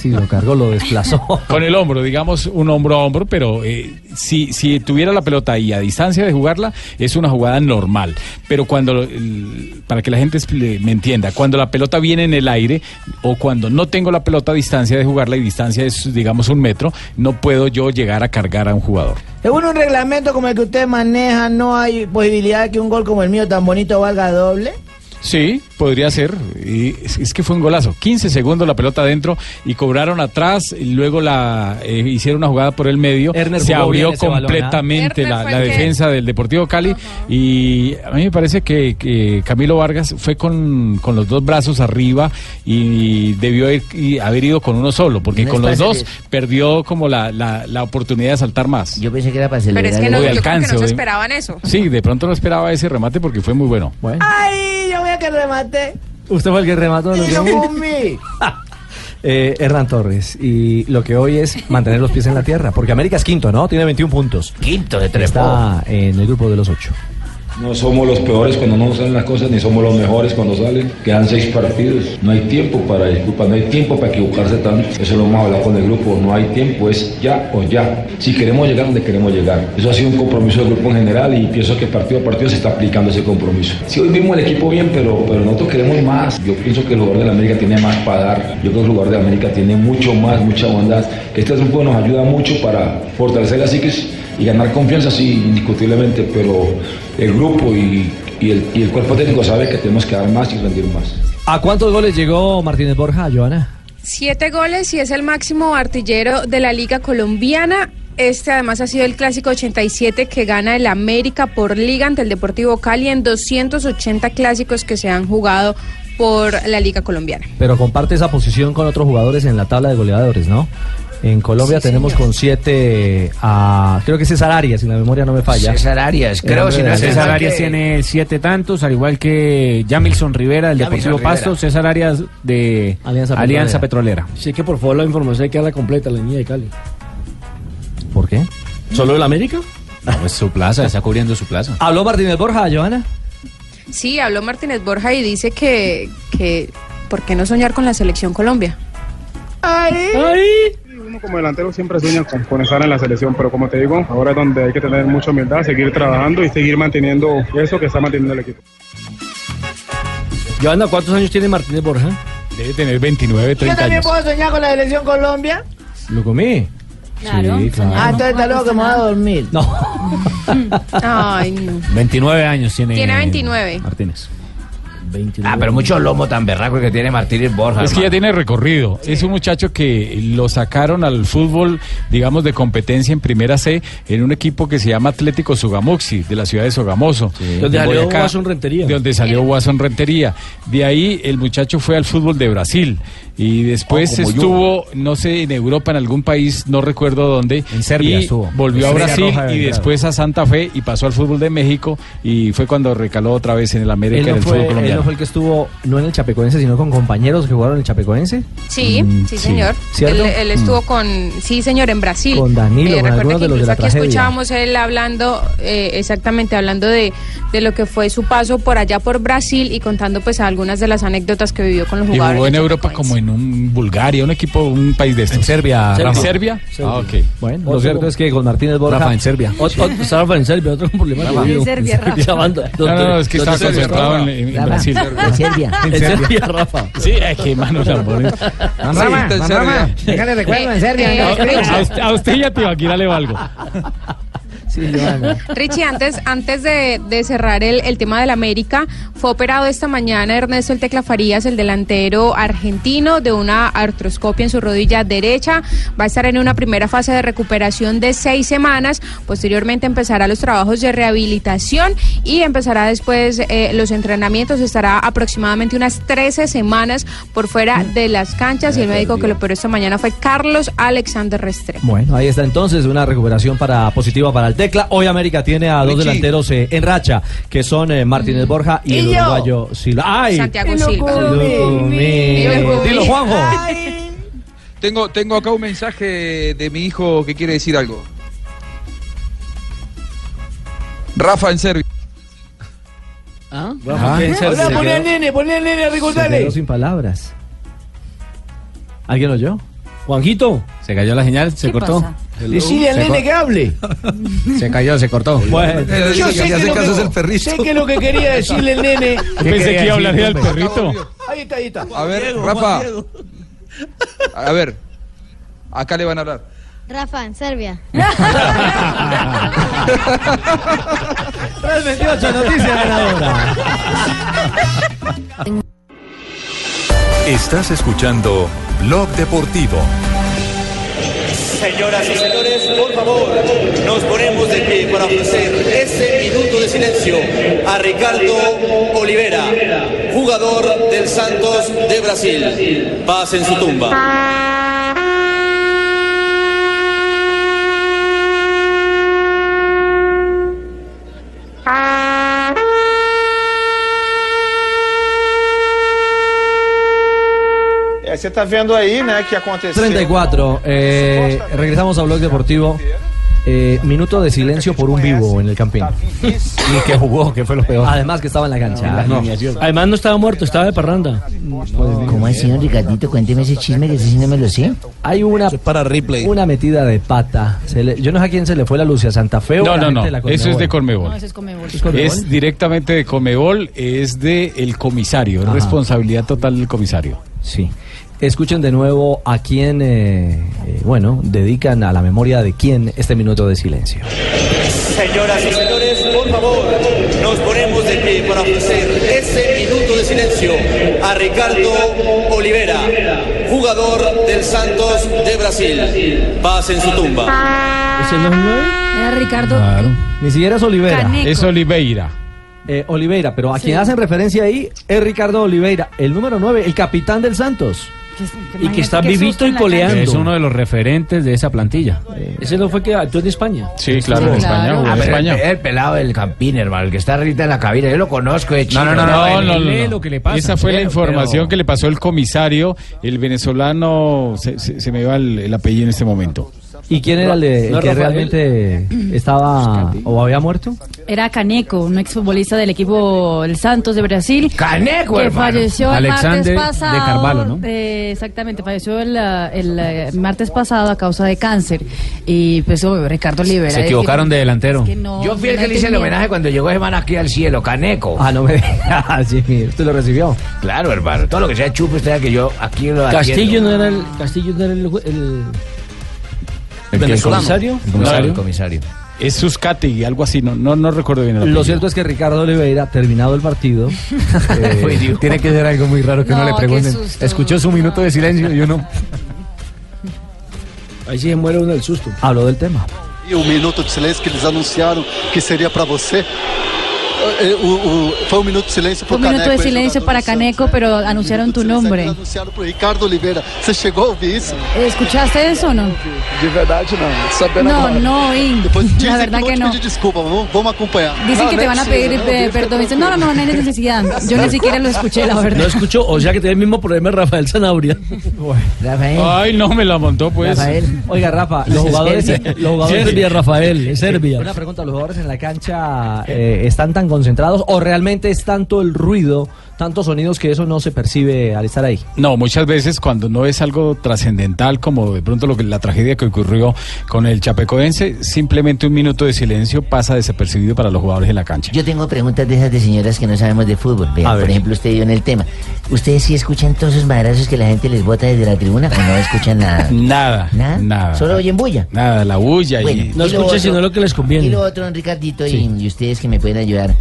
Speaker 3: sí, lo cargó, lo desplazó.
Speaker 5: Con el hombro, digamos, un hombro a hombro, pero eh, si, si tuviera la pelota ahí a distancia de jugarla, es una jugada normal. Pero cuando, lo- el- para que la gente expli- me entienda, cuando la pelota viene en el aire o cuando no tengo la pelota a distancia de jugarla y distancia es, digamos, un metro, no puedo yo llegar a cargar a un jugador.
Speaker 11: Según un reglamento como el que usted maneja, ¿no hay posibilidad de que un gol como el mío tan bonito valga doble?
Speaker 5: Sí, podría ser. Y es, es que fue un golazo. 15 segundos la pelota adentro y cobraron atrás. y luego la eh, hicieron una jugada por el medio.
Speaker 3: Erner
Speaker 5: se
Speaker 3: jugó bien
Speaker 5: abrió
Speaker 3: ese balón, ¿ah?
Speaker 5: completamente
Speaker 3: Erner
Speaker 5: la,
Speaker 3: fue
Speaker 5: la
Speaker 3: el que-
Speaker 5: defensa del Deportivo Cali. Y a mí me parece que, que Camilo Vargas fue con, con los dos brazos arriba y, debió ir- y haber ido con uno solo, porque
Speaker 18: No es
Speaker 5: con los
Speaker 18: para
Speaker 5: dos
Speaker 18: salir.
Speaker 5: perdió como la, la- la oportunidad de saltar más.
Speaker 18: Yo pensé que era para
Speaker 2: Pero es que no,
Speaker 5: O de
Speaker 2: yo creo que
Speaker 5: alcance,
Speaker 2: no
Speaker 5: o
Speaker 2: se
Speaker 5: de-
Speaker 2: esperaban eso.
Speaker 5: Sí, de pronto no esperaba ese remate porque fue muy bueno.
Speaker 11: ¡Ay! Yo voy a que remate.
Speaker 3: Usted fue el que remató. lo
Speaker 11: Y
Speaker 3: que-
Speaker 11: yo comí.
Speaker 3: Eh, Hernán Torres, y lo que hoy es mantener los pies en la tierra, porque América es quinto, ¿no? Tiene 21 puntos.
Speaker 18: Quinto de
Speaker 3: tres. Está en el grupo de los ocho.
Speaker 7: No somos los peores cuando no nos salen las cosas, ni somos los mejores cuando salen. Quedan seis partidos. No hay tiempo para disculpas, no hay tiempo para equivocarse tanto. Eso lo hemos hablado con el grupo. No hay tiempo, es ya o ya. Si queremos llegar donde queremos llegar. Eso ha sido un compromiso del grupo en general y pienso que partido a partido se está aplicando ese compromiso. Sí, hoy vimos el equipo bien, pero, pero nosotros queremos más. Yo pienso que el jugador de la América tiene más para dar. Yo creo que el jugador de la América tiene mucho más, mucha bondad. Este grupo nos ayuda mucho para fortalecer la psiquis y ganar confianza sí, indiscutiblemente, pero el grupo y, y el, y el cuerpo técnico sabe que tenemos que dar más y rendir más.
Speaker 3: ¿A cuántos goles llegó Martínez Borja, Joana?
Speaker 2: Siete goles y es el máximo artillero de la Liga Colombiana. Este además ha sido el clásico 87 que gana el América por liga ante el Deportivo Cali en 280 clásicos que se han jugado por la Liga Colombiana.
Speaker 3: Pero comparte esa posición con otros jugadores en la tabla de goleadores, ¿no? En Colombia tenemos con siete a. Creo que César Arias, si la memoria no me falla.
Speaker 10: César
Speaker 18: Arias,
Speaker 10: Creo si no es César Arias
Speaker 3: tiene
Speaker 10: tiene siete tantos, al igual que Jamilson Rivera del
Speaker 4: Jamilson
Speaker 10: Deportivo Pasto,
Speaker 4: Rivera.
Speaker 10: César Arias de Alianza,
Speaker 4: Alianza
Speaker 10: Petrolera.
Speaker 4: Sí, que por favor la información hay que darla completa, la niña de Cali.
Speaker 3: ¿Por qué?
Speaker 10: ¿Solo el América? No, es su plaza, está cubriendo su plaza.
Speaker 3: ¿Habló Martínez Borja, Joana?
Speaker 2: Sí, habló Martínez Borja y dice que, que ¿por qué no soñar con la selección Colombia?
Speaker 11: ¡Ay!
Speaker 25: Uno como delantero siempre sueña con, con estar en la selección, pero como te digo, ahora es donde hay que tener mucha humildad, seguir trabajando y seguir manteniendo eso que está manteniendo el equipo.
Speaker 4: Joana, ¿cuántos años tiene Martínez Borja?
Speaker 5: Debe tener 29,
Speaker 11: ¿Yo también puedo soñar con la selección Colombia?
Speaker 3: ¿Lo comí?
Speaker 11: Claro.
Speaker 10: Sí,
Speaker 11: Ah,
Speaker 10: claro.
Speaker 11: entonces está loco que me voy a dormir.
Speaker 3: No.
Speaker 2: Ay, no.
Speaker 10: 29 años tiene.
Speaker 2: Tiene 29.
Speaker 10: Martínez.
Speaker 13: Ah, pero mucho lomo tan berraco que tiene Martínez Borja.
Speaker 5: Es que ya
Speaker 13: hermano.
Speaker 5: tiene recorrido. Es un muchacho que lo sacaron al fútbol, digamos, de competencia en Primera C, en un equipo que se llama Atlético Sogamoxi, de la ciudad de Sogamoso. en
Speaker 4: Donde salió
Speaker 5: Boyacá,
Speaker 4: Guasón Rentería.
Speaker 5: De donde salió Guasón Rentería. De ahí el muchacho fue al fútbol de Brasil. Y después
Speaker 14: Oh, como yo.
Speaker 5: estuvo, no sé, en Europa, en algún país, no recuerdo dónde. En
Speaker 10: Serbia estuvo.
Speaker 5: Volvió a
Speaker 10: Estrella
Speaker 5: Brasil
Speaker 10: Roja de
Speaker 5: y
Speaker 10: Belgrado.
Speaker 5: después a Santa Fe y pasó al fútbol de México. Y fue cuando recaló otra vez en el América,
Speaker 3: Él
Speaker 5: en
Speaker 3: no,
Speaker 5: el fútbol
Speaker 3: fue, él
Speaker 5: colombiano.
Speaker 3: no fue el que estuvo, no en el Chapecoense, sino con compañeros que jugaron en el Chapecoense.
Speaker 2: Sí,
Speaker 3: Mm, sí.
Speaker 2: sí, señor.
Speaker 3: ¿Cierto? Mm.
Speaker 2: Él, él estuvo
Speaker 5: Mm.
Speaker 2: con, sí, señor, en Brasil.
Speaker 3: Con Danilo, con
Speaker 2: recuerda
Speaker 3: algunos
Speaker 2: que
Speaker 3: de los de
Speaker 2: incluso
Speaker 3: la
Speaker 2: aquí
Speaker 3: tragedia.
Speaker 2: escuchábamos él hablando, eh, exactamente, hablando de, de lo que fue su paso por allá por Brasil y contando pues algunas de las anécdotas que vivió con los
Speaker 5: Y
Speaker 2: jugadores.
Speaker 5: jugó en Europa como en un Bulgaria, un equipo, un país de estos. En Serbia. ¿En
Speaker 3: Rafa.
Speaker 5: Serbia? Ah, ok.
Speaker 3: Bueno, lo cierto es que con Martínez Borja.
Speaker 5: Rafa, en Serbia.
Speaker 3: Ot- ot- está Rafa en Serbia, otro problema.
Speaker 4: Rafa.
Speaker 3: que
Speaker 4: En
Speaker 3: hubo.
Speaker 4: Serbia, Rafa.
Speaker 3: Ya van do-
Speaker 4: No, no, no, es que
Speaker 3: dos-
Speaker 4: estaba
Speaker 3: dos-
Speaker 4: concentrado
Speaker 3: Rafa.
Speaker 4: en- en
Speaker 3: Rafa.
Speaker 4: Brasil.
Speaker 3: En Serbia.
Speaker 4: En
Speaker 3: En
Speaker 4: Serbia.
Speaker 3: Serbia, Rafa.
Speaker 5: Sí, es que mano la ponen.
Speaker 11: Don Rama, don Rama, déjale recuerdo en Serbia.
Speaker 5: Eh, A,
Speaker 11: venga, escribe.
Speaker 5: a usted, a usted y a Tibaquira le valgo.
Speaker 9: Sí, Joana.
Speaker 2: Richie, antes, antes de, de cerrar el, el tema del América, fue operado esta mañana Ernesto El Tecla Farías, el delantero argentino, de una artroscopia en su rodilla derecha. Va a estar en una primera fase de recuperación de seis semanas. Posteriormente empezará los trabajos de rehabilitación y empezará después eh, los entrenamientos. Estará aproximadamente unas 13 semanas por fuera de las canchas y el médico que lo operó esta mañana fue Carlos Alexander Restrepo.
Speaker 3: Bueno, ahí está entonces una recuperación para positiva para el Tecla. Hoy América tiene a dos delanteros eh, en racha, que son eh, Martínez Borja y,
Speaker 2: Y
Speaker 3: el
Speaker 2: yo.
Speaker 3: uruguayo Silva. ¡Ay!
Speaker 2: Santiago
Speaker 3: Dilo,
Speaker 2: Silva.
Speaker 3: Dilo, Dilo, Juanjo.
Speaker 14: Tengo, tengo acá un mensaje de mi hijo que quiere decir algo. Rafa en serio.
Speaker 9: ¿Ah?
Speaker 3: Rafa, ¿qué? Se
Speaker 9: Hola,
Speaker 3: quedó-
Speaker 9: ponle al nene, ponle al nene
Speaker 3: Se
Speaker 9: a
Speaker 3: quedó
Speaker 9: recordarle.
Speaker 3: sin palabras. ¿Alguien oyó?
Speaker 26: Juanjito.
Speaker 10: Se cayó la señal, se cortó.
Speaker 9: Decile al
Speaker 10: Se
Speaker 9: nene
Speaker 10: co-
Speaker 9: que hable.
Speaker 10: Se cayó, se cortó.
Speaker 9: Yo sé que, lo que- sé que lo que quería decirle el nene.
Speaker 10: Pensé que iba a hablar del
Speaker 14: perrito.
Speaker 9: Ahí está, ahí está.
Speaker 14: A ver, Rafa. A ver. Acá le van a hablar.
Speaker 27: Rafa, en Serbia.
Speaker 3: Real 28 Noticias Ganadora.
Speaker 19: Estás escuchando Blog Deportivo.
Speaker 4: Señoras y señores, por favor, nos ponemos de pie para ofrecer ese minuto de silencio a Ricardo Olivera, jugador del Santos de Brasil. Paz en su tumba.
Speaker 21: É, você tá vendo aí, né, que aconteceu.
Speaker 3: 34. eh, regresamos a Blog Deportivo. Eh, minuto de silencio por un vivo en el campín.
Speaker 10: Y que jugó, que fue lo peor.
Speaker 3: Además que estaba en la cancha.
Speaker 10: No.
Speaker 26: Además no estaba muerto, estaba de parranda.
Speaker 12: ¿Cómo ha sido, Ricardito? Cuénteme ese chisme que ese sí no me lo sé.
Speaker 3: Hay una para Una metida de pata. Se le- yo no sé a quién se le fue la luz, si a Santa Fe o
Speaker 5: No,
Speaker 3: a la
Speaker 5: no,
Speaker 3: gente
Speaker 5: no.
Speaker 3: de la
Speaker 5: Eso es de
Speaker 3: Conmebol.
Speaker 5: Conmebol.
Speaker 6: es Conmebol.
Speaker 5: Es directamente de Comebol, es de el comisario, es
Speaker 3: Ajá.
Speaker 5: responsabilidad total del comisario.
Speaker 3: Sí. Escuchen de nuevo a quién, eh, eh, bueno, dedican a la memoria de quién este minuto de silencio.
Speaker 4: Señoras y señores, por favor, nos ponemos de pie para ofrecer ese minuto de silencio a Ricardo Olivera, jugador del Santos de Brasil. Paz en su tumba.
Speaker 6: Era Ricardo.
Speaker 3: Ni siquiera es Oliveira.
Speaker 6: Caneco. Es
Speaker 3: Oliveira. Oliveira, pero a
Speaker 6: Sí.
Speaker 3: quien hacen referencia ahí es Ricardo Oliveira, el número 9, el capitán del Santos.
Speaker 26: Y que está vivito y coleando. Eh,
Speaker 10: Es uno de los referentes de esa plantilla.
Speaker 26: Ese no fue que actuó en España.
Speaker 10: Sí,
Speaker 26: claro, eh, en España, jugó en
Speaker 13: Ah, pero
Speaker 26: España.
Speaker 13: El, el pelado del Campín, hermano, el que está ahorita en la cabina, yo lo conozco de chico.
Speaker 5: No, no, no, no, no, no, no.
Speaker 10: lo que le pasa.
Speaker 5: Esa fue la
Speaker 10: Pero-
Speaker 5: información
Speaker 10: pero-
Speaker 5: que le pasó el comisario, el venezolano, se, se- se me va el, el apellido en este momento.
Speaker 3: ¿Y quién era el, de- el
Speaker 5: No,
Speaker 3: que
Speaker 5: Rafael.
Speaker 3: realmente estaba o había muerto?
Speaker 6: Era Caneco, un exfutbolista del equipo El Santos de Brasil.
Speaker 3: Caneco,
Speaker 6: Que
Speaker 3: hermano.
Speaker 6: falleció el
Speaker 10: Alexander de
Speaker 6: martes pasado.
Speaker 10: Carvalho, ¿no?
Speaker 6: eh, exactamente, falleció el, ah, el, eh, martes pasado a causa de cáncer. Y pues oh, Ricardo Libera.
Speaker 10: Se equivocaron de delantero.
Speaker 13: Yo fui el que le hice el homenaje cuando llegó Semana aquí al cielo, Caneco.
Speaker 3: Ah, no me sí, usted lo recibió.
Speaker 13: Claro, hermano, todo lo que sea chupo, usted sabe que yo aquí lo
Speaker 26: Castillo
Speaker 13: atiendo.
Speaker 26: no era el. Castillo no era el. ju- el-
Speaker 13: ¿El qué?
Speaker 26: venezolano. comisario?
Speaker 13: El comisario.
Speaker 5: No, Es Suscati, algo así, no, no, no recuerdo bien el
Speaker 3: Lo
Speaker 5: apellido.
Speaker 3: cierto es que Ricardo Oliveira, terminado el partido, eh,
Speaker 10: Tiene que ser algo muy raro que
Speaker 3: No,
Speaker 10: uno le
Speaker 3: qué
Speaker 10: pregunten.
Speaker 3: susto.
Speaker 10: Escuchó su minuto de silencio y uno.
Speaker 26: Aí se muere uno del susto.
Speaker 3: habló del tema.
Speaker 21: E o minuto de silêncio que eles anunciaram que seria para você, eh, eh, o- o- foi um minuto de silêncio para
Speaker 6: Un
Speaker 21: o
Speaker 6: minuto
Speaker 21: Caneco.
Speaker 6: de
Speaker 21: ele
Speaker 6: silencio para Caneco, pero anunciaron tu nombre.
Speaker 21: anunciaram para o Ricardo Oliveira. Você chegou a ouvir isso?
Speaker 6: ¿Escuchaste eso o no?
Speaker 21: De verdade, É. não. Sabendo
Speaker 6: No, no, Ing. La verdad que no.
Speaker 21: pedir desculpa, vamos, vamos acompanhar.
Speaker 6: Dicen
Speaker 21: Não,
Speaker 6: que
Speaker 21: não
Speaker 6: te
Speaker 21: é
Speaker 6: van a
Speaker 21: possível,
Speaker 6: pedir
Speaker 21: não,
Speaker 6: eh,
Speaker 21: Deus.
Speaker 6: perdón. Dicen, no, no, no, no hay necesidad. Yo ni siquiera lo escuché, la
Speaker 26: No
Speaker 6: verdad.
Speaker 26: escuchó, o sea que tiene el mismo problema Rafael Sanabria.
Speaker 12: Rafael.
Speaker 4: Ah,
Speaker 5: Ay, no me la montó, pues.
Speaker 12: Rafael.
Speaker 3: Oiga, Rafa, los jugadores, los jugadores
Speaker 26: Serbia, Rafael, es Serbia.
Speaker 3: Una
Speaker 4: eh,
Speaker 3: Eh, pregunta, los jugadores en la cancha eh, están tan concentrados o realmente es tanto el ruido tantos sonidos que eso no se percibe al estar ahí.
Speaker 5: No, muchas veces cuando no es algo trascendental, como de pronto lo que, la tragedia que ocurrió con el Chapecoense, simplemente un minuto de silencio pasa desapercibido para los jugadores en la cancha.
Speaker 18: Yo tengo preguntas de esas de señoras que no sabemos de fútbol. Vea,
Speaker 5: A
Speaker 18: por
Speaker 5: ver.
Speaker 18: ejemplo, usted dio en el tema. ¿Ustedes sí escuchan todos esos madrazos que la gente les bota desde la tribuna o no escuchan nada?
Speaker 5: Nada, nada.
Speaker 18: Solo oyen bulla.
Speaker 5: Nada, la bulla y...
Speaker 18: Bueno, No y lo escucha otro- sino lo que les conviene. y lo otro, don Ricardito, y- y, ustedes que me pueden ayudar.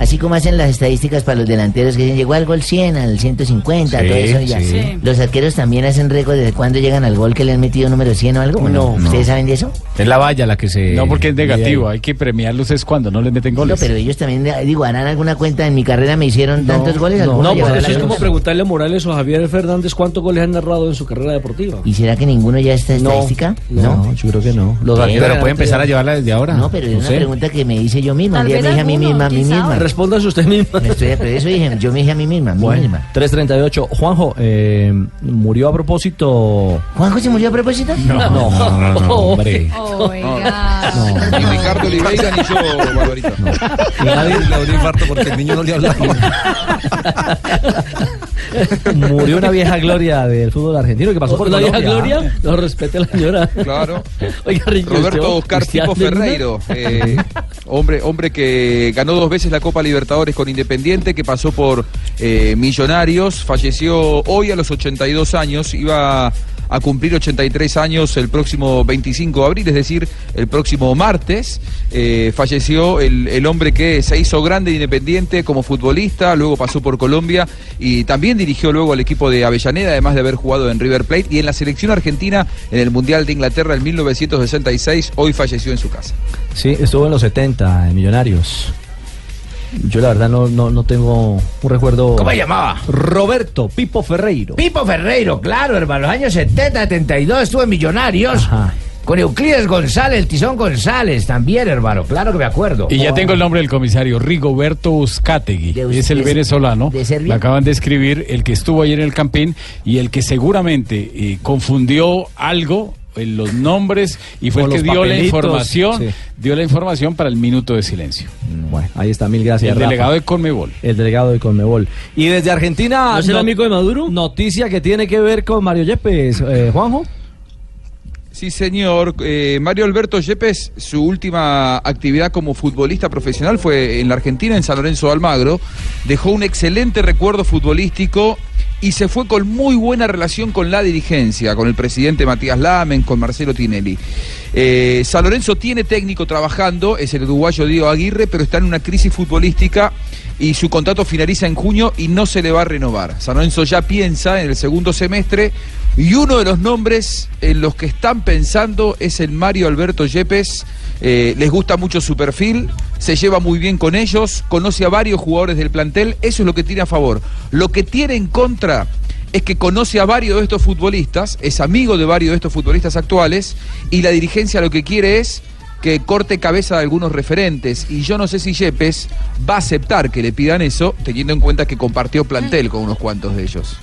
Speaker 18: Así como hacen las estadísticas para los delanteros que dicen, llegó al gol 100, al 150,
Speaker 13: Sí,
Speaker 18: todo eso ya.
Speaker 13: sí. Sí.
Speaker 18: ¿Los arqueros también hacen récord de cuándo llegan al gol que le han metido número 100 o algo? ¿o no?
Speaker 5: No.
Speaker 18: ¿Ustedes saben de eso?
Speaker 5: Es la valla la que se... No, porque es negativo,
Speaker 18: mide
Speaker 5: hay que premiarlos es cuando no les meten
Speaker 18: No,
Speaker 5: goles.
Speaker 18: pero ellos también, eh, digo, harán alguna cuenta. En mi carrera me hicieron tantos goles.
Speaker 4: pues No,
Speaker 18: algunos
Speaker 4: no,
Speaker 18: llevarán
Speaker 4: porque
Speaker 18: la
Speaker 4: eso es como
Speaker 18: cuenta.
Speaker 4: preguntarle a Morales o a Javier Fernández cuántos goles han narrado en su carrera deportiva.
Speaker 18: ¿Y será que ninguno ya está estadística? No,
Speaker 4: yo creo que no.
Speaker 18: Los arqueros-
Speaker 4: pero puede empezar a llevarla desde ahora.
Speaker 18: No, pero es
Speaker 4: No
Speaker 18: una
Speaker 4: sé.
Speaker 18: pregunta que me hice yo misma.
Speaker 4: Tal
Speaker 18: Un día
Speaker 4: vez
Speaker 18: me dije a mí
Speaker 4: alguno,
Speaker 18: misma, a mí
Speaker 4: quién sabe.
Speaker 18: misma.
Speaker 4: Respóndase usted misma.
Speaker 18: Me estoy, pero eso dije, yo me dije a mí misma, a mí
Speaker 3: Bueno,
Speaker 18: misma.
Speaker 3: 338. Juanjo, eh, murió a propósito.
Speaker 18: ¿Juanjo se murió a propósito?
Speaker 3: No, no, Oh, no, no, hombre.
Speaker 6: Oiga.
Speaker 14: Ni Ricardo Oliveira ni yo, Barbarita.
Speaker 3: Nadie
Speaker 8: le abrió infarto porque el niño no le hablaba.
Speaker 3: Murió una vieja gloria del fútbol argentino que pasó por
Speaker 4: ¿La vieja
Speaker 3: Colombia.
Speaker 4: Gloria? No, respete a la señora.
Speaker 14: Claro.
Speaker 4: Oiga, Ricky, usted-
Speaker 14: Roberto Oscar
Speaker 4: usted
Speaker 14: Tipo
Speaker 4: anda en una-
Speaker 14: Ferreiro, eh, hombre, hombre que ganó dos veces la Copa Libertadores con Independiente, que pasó por eh, Millonarios, falleció hoy a los 82 años, iba a cumplir 83 años el próximo 25 de abril, es decir, el próximo martes. Eh, falleció el, el hombre que se hizo grande e independiente como futbolista, luego pasó por Colombia y también dirigió luego al equipo de Avellaneda, además de haber jugado en River Plate y en la selección argentina en el Mundial de Inglaterra en 1966. Hoy falleció en su casa.
Speaker 3: Sí, estuvo en los 70, en Millonarios. Yo la verdad no, no, no tengo un recuerdo.
Speaker 13: ¿Cómo se llamaba?
Speaker 3: Roberto Pipo Ferreiro.
Speaker 13: Pipo Ferreiro, claro, hermano. Los años 70, 72 estuvo en Millonarios. Con Euclides González, el Tizón González también, hermano. Claro que me acuerdo.
Speaker 5: Y ya tengo el nombre del comisario, Rigoberto Uzcategui. Es el
Speaker 13: de-
Speaker 5: venezolano.
Speaker 13: de Serbia.
Speaker 5: Lo acaban de escribir, el que estuvo ayer en el Campín y el que seguramente eh, confundió algo en los nombres y fue
Speaker 3: O
Speaker 5: el que
Speaker 3: los
Speaker 5: dio la
Speaker 3: papelitos,
Speaker 5: información,
Speaker 3: sí.
Speaker 5: dio la información para el minuto de silencio.
Speaker 3: Bueno, ahí está, mil gracias.
Speaker 5: el
Speaker 3: Rafa.
Speaker 5: delegado de Conmebol.
Speaker 3: El delegado de Conmebol. Y desde Argentina.
Speaker 5: ¿No es el amigo
Speaker 3: de Maduro? Noticia que tiene que ver con Mario Yepes. eh, Juanjo.
Speaker 14: Sí, señor. Eh, Mario Alberto Yepes, su última actividad como futbolista profesional fue en la Argentina, en San Lorenzo de Almagro. Dejó un excelente recuerdo futbolístico y se fue con muy buena relación con la dirigencia, con el presidente Matías Lamen, con Marcelo Tinelli. Eh, San Lorenzo tiene técnico trabajando, es el uruguayo Diego Aguirre, pero está en una crisis futbolística y su contrato finaliza en junio y no se le va a renovar. San Lorenzo ya piensa en el segundo semestre y uno de los nombres en los que están pensando es el Mario Alberto Yepes. Eh, les gusta mucho su perfil, se lleva muy bien con ellos, conoce a varios jugadores del plantel, eso es lo que tiene a favor. Lo que tiene en contra es que conoce a varios de estos futbolistas, es amigo de varios de estos futbolistas actuales y la dirigencia lo que quiere es que corte cabeza de algunos referentes y yo no sé si Yepes va a aceptar que le pidan eso, teniendo en cuenta que compartió plantel con unos cuantos de ellos.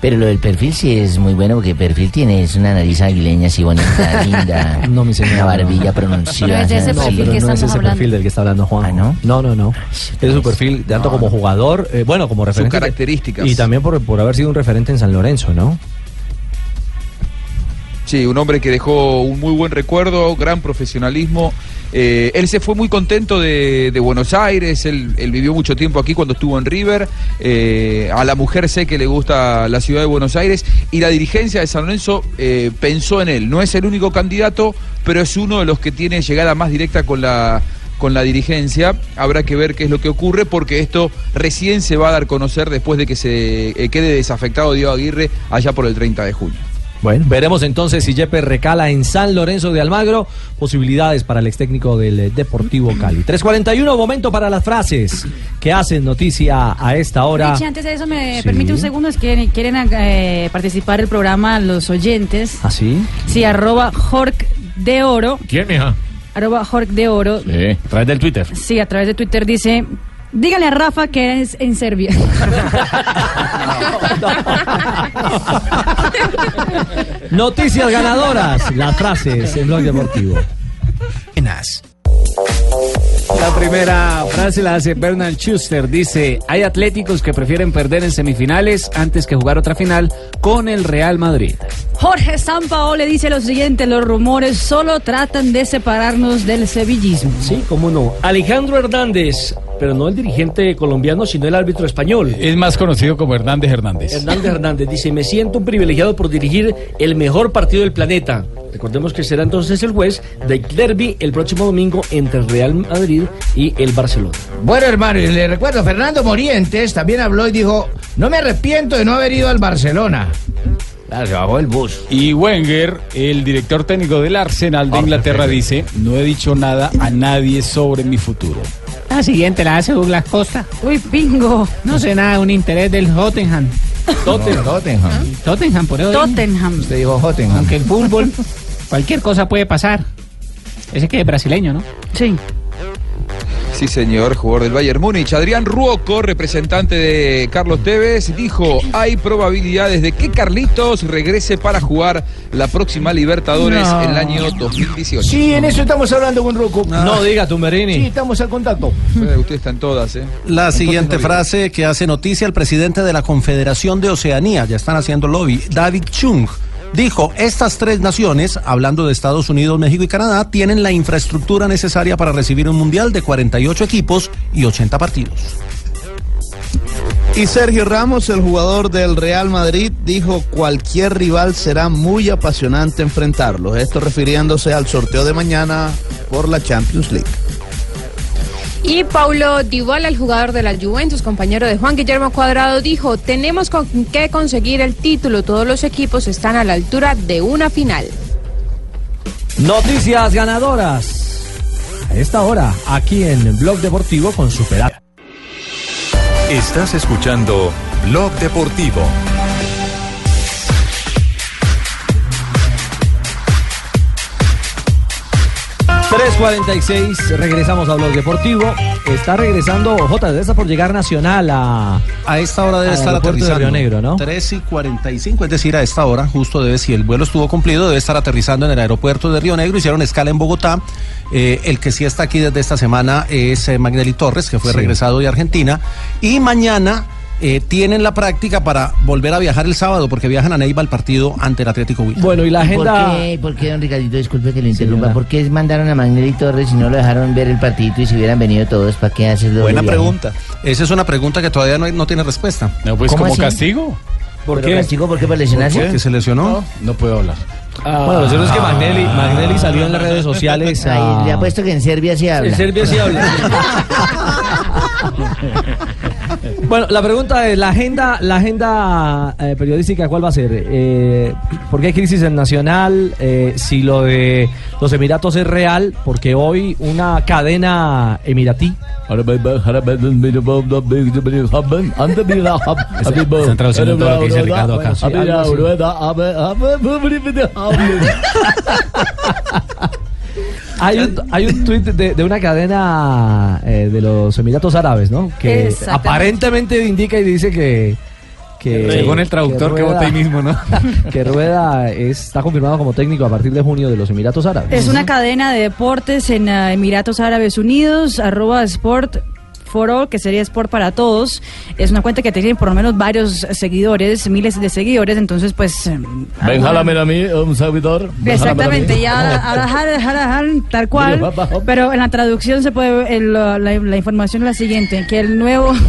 Speaker 18: Pero lo del perfil sí es muy bueno porque perfil tiene es una nariz aguileña así bonita, linda. No, mi señora. Una barbilla pronunciada.
Speaker 3: no, pero no es ese perfil del que está hablando Juanjo. Ah, pues. no? no, no, Es su perfil tanto como jugador, eh, bueno, como referente. que-
Speaker 14: características.
Speaker 3: Y también por, por haber sido un referente en San Lorenzo, ¿no?
Speaker 14: Sí, un hombre que dejó un muy buen recuerdo, gran profesionalismo. Eh, él se fue muy contento de, de Buenos Aires, él, él vivió mucho tiempo aquí cuando estuvo en River. Eh, a la mujer sé que le gusta la ciudad de Buenos Aires y la dirigencia de San Lorenzo eh, pensó en él. No es el único candidato, pero es uno de los que tiene llegada más directa con la, con la dirigencia. Habrá que ver qué es lo que ocurre porque esto recién se va a dar a conocer después de que se eh, quede desafectado Diego Aguirre allá por el 30 de junio.
Speaker 3: Bueno, veremos entonces si Yepes recala en San Lorenzo de Almagro. Posibilidades para el ex técnico del eh, Deportivo Cali. 341, momento para las frases que hacen noticia a esta hora.
Speaker 6: Richie, antes de eso, ¿me
Speaker 3: Sí.
Speaker 6: permite un segundo? Es que quieren eh, participar el programa los oyentes.
Speaker 3: ¿Así?
Speaker 6: Sí, arroba Jork de Oro.
Speaker 10: ¿Quién, mija?
Speaker 6: Arroba Jork de Oro.
Speaker 10: Sí, a través del Twitter.
Speaker 6: Sí, a través de Twitter dice... Dígale a Rafa que es en Serbia.
Speaker 3: Noticias ganadoras, las frases en Blog Deportivo.
Speaker 10: La primera frase la hace Bernard Schuster. Dice, hay atléticos que prefieren perder en semifinales antes que jugar otra final con el Real Madrid.
Speaker 6: Jorge Sampaoli dice lo siguiente, los rumores solo tratan de separarnos del sevillismo.
Speaker 4: Sí, cómo no. Alejandro Hernández, pero no el dirigente colombiano, sino el árbitro español.
Speaker 5: Es más conocido como Hernández Hernández.
Speaker 4: Hernández Hernández dice, me siento un privilegiado por dirigir el mejor partido del planeta. Recordemos que será entonces el juez del derby el próximo domingo entre el Real Madrid y el Barcelona.
Speaker 13: Bueno, hermano, y le recuerdo, Fernando Morientes también habló y dijo, no me arrepiento de no haber ido al Barcelona. Claro, Ah, se bajó el bus. Ah,
Speaker 5: Y Wenger, el director técnico del Arsenal de Inglaterra, dice, no he dicho nada a nadie sobre mi futuro.
Speaker 17: La siguiente la hace Douglas Costa.
Speaker 6: Uy, bingo.
Speaker 17: No sé nada, un interés del Tottenham. ¿Ah?
Speaker 13: Tottenham. Tottenham.
Speaker 17: Tottenham, por eso. digo.
Speaker 6: Tottenham.
Speaker 13: Usted dijo Tottenham.
Speaker 17: Aunque el fútbol, cualquier cosa puede pasar. Ese que es brasileño, ¿no?
Speaker 6: Sí.
Speaker 14: Sí, señor, jugador del Bayern Múnich. Adrián Ruoco, representante de Carlos Tevez, dijo, hay probabilidades de que Carlitos regrese para jugar la próxima Libertadores
Speaker 9: No.
Speaker 14: en el año 2018.
Speaker 9: Sí, en eso estamos hablando con Rocco.
Speaker 10: Ah.
Speaker 14: No diga,
Speaker 9: Tumberini. Sí, estamos al contacto.
Speaker 14: Eh, Ustedes están todas, ¿eh?
Speaker 22: La
Speaker 14: Entonces,
Speaker 22: siguiente
Speaker 14: no digo.
Speaker 22: frase que hace noticia el presidente de la Confederación de Oceanía, ya están haciendo lobby, David Chung. Dijo, estas tres naciones, hablando de Estados Unidos, México y Canadá, tienen la infraestructura necesaria para recibir un mundial de 48 equipos y 80 partidos.
Speaker 12: Y Sergio Ramos, el jugador del Real Madrid, dijo cualquier rival será muy apasionante enfrentarlos. Esto refiriéndose al sorteo de mañana por la Champions League.
Speaker 2: Y Paulo Dybala, el jugador de la Juventus, compañero de Juan Guillermo Cuadrado, dijo, tenemos con que conseguir el título, todos los equipos están a la altura de una final.
Speaker 3: Noticias ganadoras. A esta hora, aquí en Blog Deportivo con Superar.
Speaker 19: Estás escuchando Blog Deportivo.
Speaker 3: Tres cuarenta y seis, regresamos a Blog Deportivo. Está regresando J, debe estar por llegar Nacional a.
Speaker 22: A esta hora debe
Speaker 3: al
Speaker 22: estar
Speaker 3: aeropuerto de
Speaker 22: aterrizando.
Speaker 3: Río Negro, ¿no?
Speaker 22: 3 y 45, es decir, a esta hora, justo debe, si el vuelo estuvo cumplido, debe estar aterrizando en el aeropuerto de Río Negro. Hicieron escala en Bogotá. Eh, el que sí está aquí desde esta semana es eh, Magnelli Torres, que fue
Speaker 3: Sí.
Speaker 22: regresado de Argentina. Y mañana eh, tienen la práctica para volver a viajar el sábado, porque viajan a Neiva al partido ante el Atlético Huila.
Speaker 18: ¿Por qué, por qué, don Ricardito, disculpe que lo interrumpa? ¿Por qué mandaron a Magnelli Torres y no lo dejaron ver el partidito y si hubieran venido todos, ¿para qué hacer doble
Speaker 22: Buena
Speaker 18: viaje?
Speaker 22: pregunta. Esa es una pregunta que todavía no, hay- no tiene respuesta.
Speaker 5: No, pues
Speaker 18: ¿Cómo
Speaker 5: como
Speaker 18: así?
Speaker 5: castigo.
Speaker 18: ¿Por ¿Pero qué? castigo por qué? ¿Por lesionarse?
Speaker 22: Porque se lesionó.
Speaker 5: No puedo hablar.
Speaker 3: Bueno, lo cierto es que
Speaker 22: Ah.
Speaker 3: Magnelli, Magnelli salió en las redes sociales a.
Speaker 18: Ay, le apuesto que en Serbia sí habla.
Speaker 3: En Serbia sí habla. Bueno, la pregunta es, la agenda, la agenda eh, periodística, ¿cuál va a ser? Eh, ¿Por qué hay crisis en Nacional? Eh, si lo de los Emiratos es real, porque hoy una cadena emiratí...
Speaker 10: Están traduciendo todo lo que dice Ricardo acá.
Speaker 3: Hay un, hay un tuit de, de una cadena eh, de los Emiratos Árabes, ¿no? Que
Speaker 10: Exactamente.
Speaker 3: aparentemente indica y dice que... que
Speaker 10: Según el traductor que
Speaker 3: Rueda-
Speaker 10: vota ahí mismo, ¿no?
Speaker 3: que Rueda es- está confirmado como técnico a partir de junio de los Emiratos Árabes.
Speaker 6: Es una cadena de deportes en ah, Emiratos Árabes Unidos, arroba Sport for All, que sería Sport para todos. Es una cuenta que tiene por lo menos varios seguidores, miles de seguidores, entonces pues... eh,
Speaker 23: Ven,
Speaker 6: alguna-
Speaker 23: jálame a mí, un servidor. Ven, jálame a mí.
Speaker 6: Exactamente, y ahora, ahora jala, jala, jala, tal cual, pero en la traducción se puede ver, el, la, la información es la siguiente, que el nuevo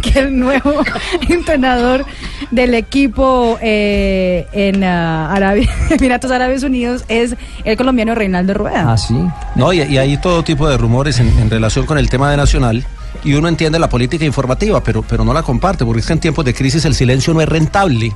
Speaker 6: que el nuevo entrenador del equipo eh, en ah, Arabia, Emiratos Árabes Unidos es el colombiano Reinaldo Rueda.
Speaker 22: No, y, y hay todo tipo de rumores en, en relación con el tema de Nacional. Y uno entiende la política informativa, pero, pero no la comparte, porque es que en tiempos de crisis el silencio no es rentable.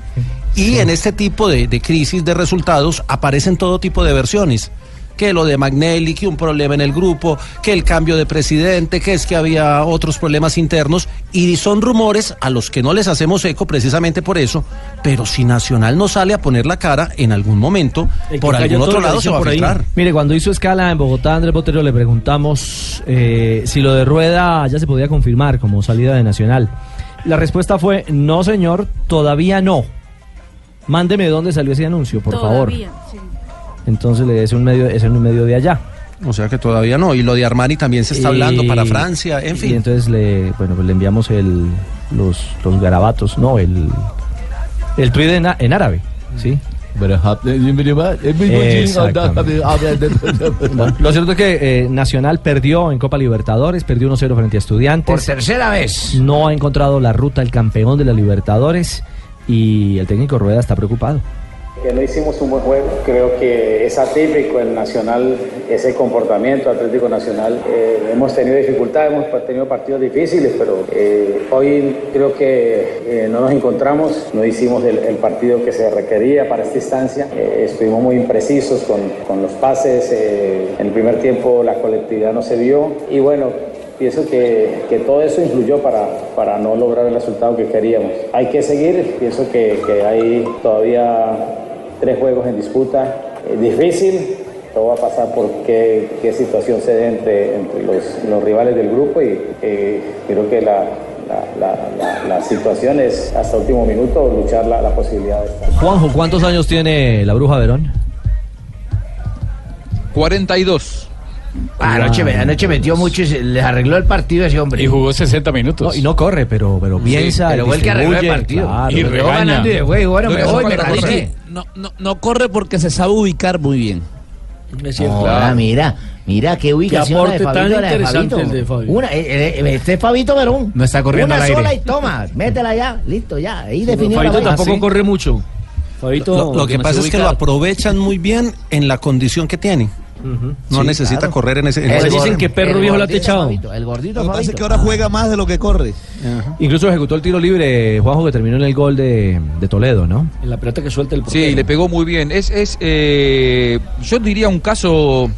Speaker 22: Y en este tipo de, de crisis de resultados aparecen todo tipo de versiones. Que lo de Magnelli, que un problema en el grupo, que el cambio de presidente, que es que había otros problemas internos. Y son rumores a los que no les hacemos eco precisamente por eso. Pero si Nacional no sale a poner la cara en algún momento, por algún otro lado se va a filtrar.
Speaker 3: Mire, cuando hizo escala en Bogotá, Andrés Botero le preguntamos eh, si lo de Rueda ya se podía confirmar como salida de Nacional. La respuesta fue, no señor, todavía no. Mándeme dónde salió ese anuncio, por favor. Entonces le es un medio, es en un medio de allá.
Speaker 22: O sea que todavía no. Y lo de Armani también se está hablando
Speaker 3: Y-
Speaker 22: para Francia, en
Speaker 3: Y
Speaker 22: fin.
Speaker 3: entonces le, bueno, pues le enviamos el, los, los garabatos, no, el, el tweet en, a- en árabe, ¿sí? Exactamente. Lo cierto es que eh, Nacional perdió en Copa Libertadores, perdió 1-0 frente a Estudiantes.
Speaker 13: Por tercera vez.
Speaker 3: No ha encontrado la ruta el campeón de la Libertadores y el técnico Rueda está preocupado.
Speaker 4: Que no hicimos un buen juego. Creo que es atípico el Nacional, ese comportamiento Atlético Nacional. Eh, hemos tenido dificultades, hemos pa- tenido partidos difíciles, pero eh, hoy creo que eh, no nos encontramos, no hicimos el, el partido que se requería para esta instancia. Eh, estuvimos muy imprecisos con, con los pases. eh, en el primer tiempo la colectividad no se dio. Y bueno, Pienso que, que todo eso influyó para, para no lograr el resultado que queríamos. Hay que seguir, pienso que, que hay todavía tres juegos en disputa. Es difícil, todo va a pasar por qué, qué situación se dé entre, entre los, los rivales del grupo y eh, creo que la, la- la- la- la situación es hasta último minuto luchar la, la posibilidad de estar.
Speaker 3: Juanjo, ¿cuántos años tiene la bruja Verón?
Speaker 14: 42.
Speaker 13: Ah, Anoche, me- anoche metió mucho y se- les arregló el partido a ese hombre.
Speaker 28: Y jugó 60 minutos.
Speaker 3: y no corre, pero, pero piensa.
Speaker 13: pero fue el que arregló el partido.
Speaker 28: y regaña.
Speaker 13: bueno, me voy, me caliente.
Speaker 29: No, no, no corre porque se sabe ubicar muy bien.
Speaker 12: Ahora, mira, mira qué ubicación la de
Speaker 29: aporte tan
Speaker 12: Fabito, la de
Speaker 29: interesante
Speaker 12: Fabito.
Speaker 29: el de Fabio.
Speaker 12: Una, eh, eh, este es Fabito Verón.
Speaker 30: No está corriendo
Speaker 12: Una
Speaker 30: al aire.
Speaker 12: sola y toma, métela ya, listo, ya. Ahí definió la
Speaker 31: Fabito
Speaker 12: vaina.
Speaker 31: tampoco corre mucho. Fabito,
Speaker 22: Lo, lo que pasa es que lo aprovechan muy bien en la condición que tiene. No
Speaker 32: Sí,
Speaker 22: necesita
Speaker 32: claro.
Speaker 22: correr en ese. en
Speaker 32: Pues
Speaker 22: ese-
Speaker 32: dicen que Perro
Speaker 22: el
Speaker 32: Viejo lo ha
Speaker 22: gordito
Speaker 32: techado.
Speaker 22: Fabito, el
Speaker 32: Lo
Speaker 22: gordito
Speaker 32: que pasa es
Speaker 22: Fabito.
Speaker 32: que ahora juega más de lo que corre.
Speaker 18: Ah,
Speaker 3: Incluso ejecutó el tiro libre, Juanjo, que terminó en el gol de, de Toledo, ¿no?
Speaker 31: En la pelota que suelta el
Speaker 14: Sí, le pegó muy bien. Es, es eh, yo diría un caso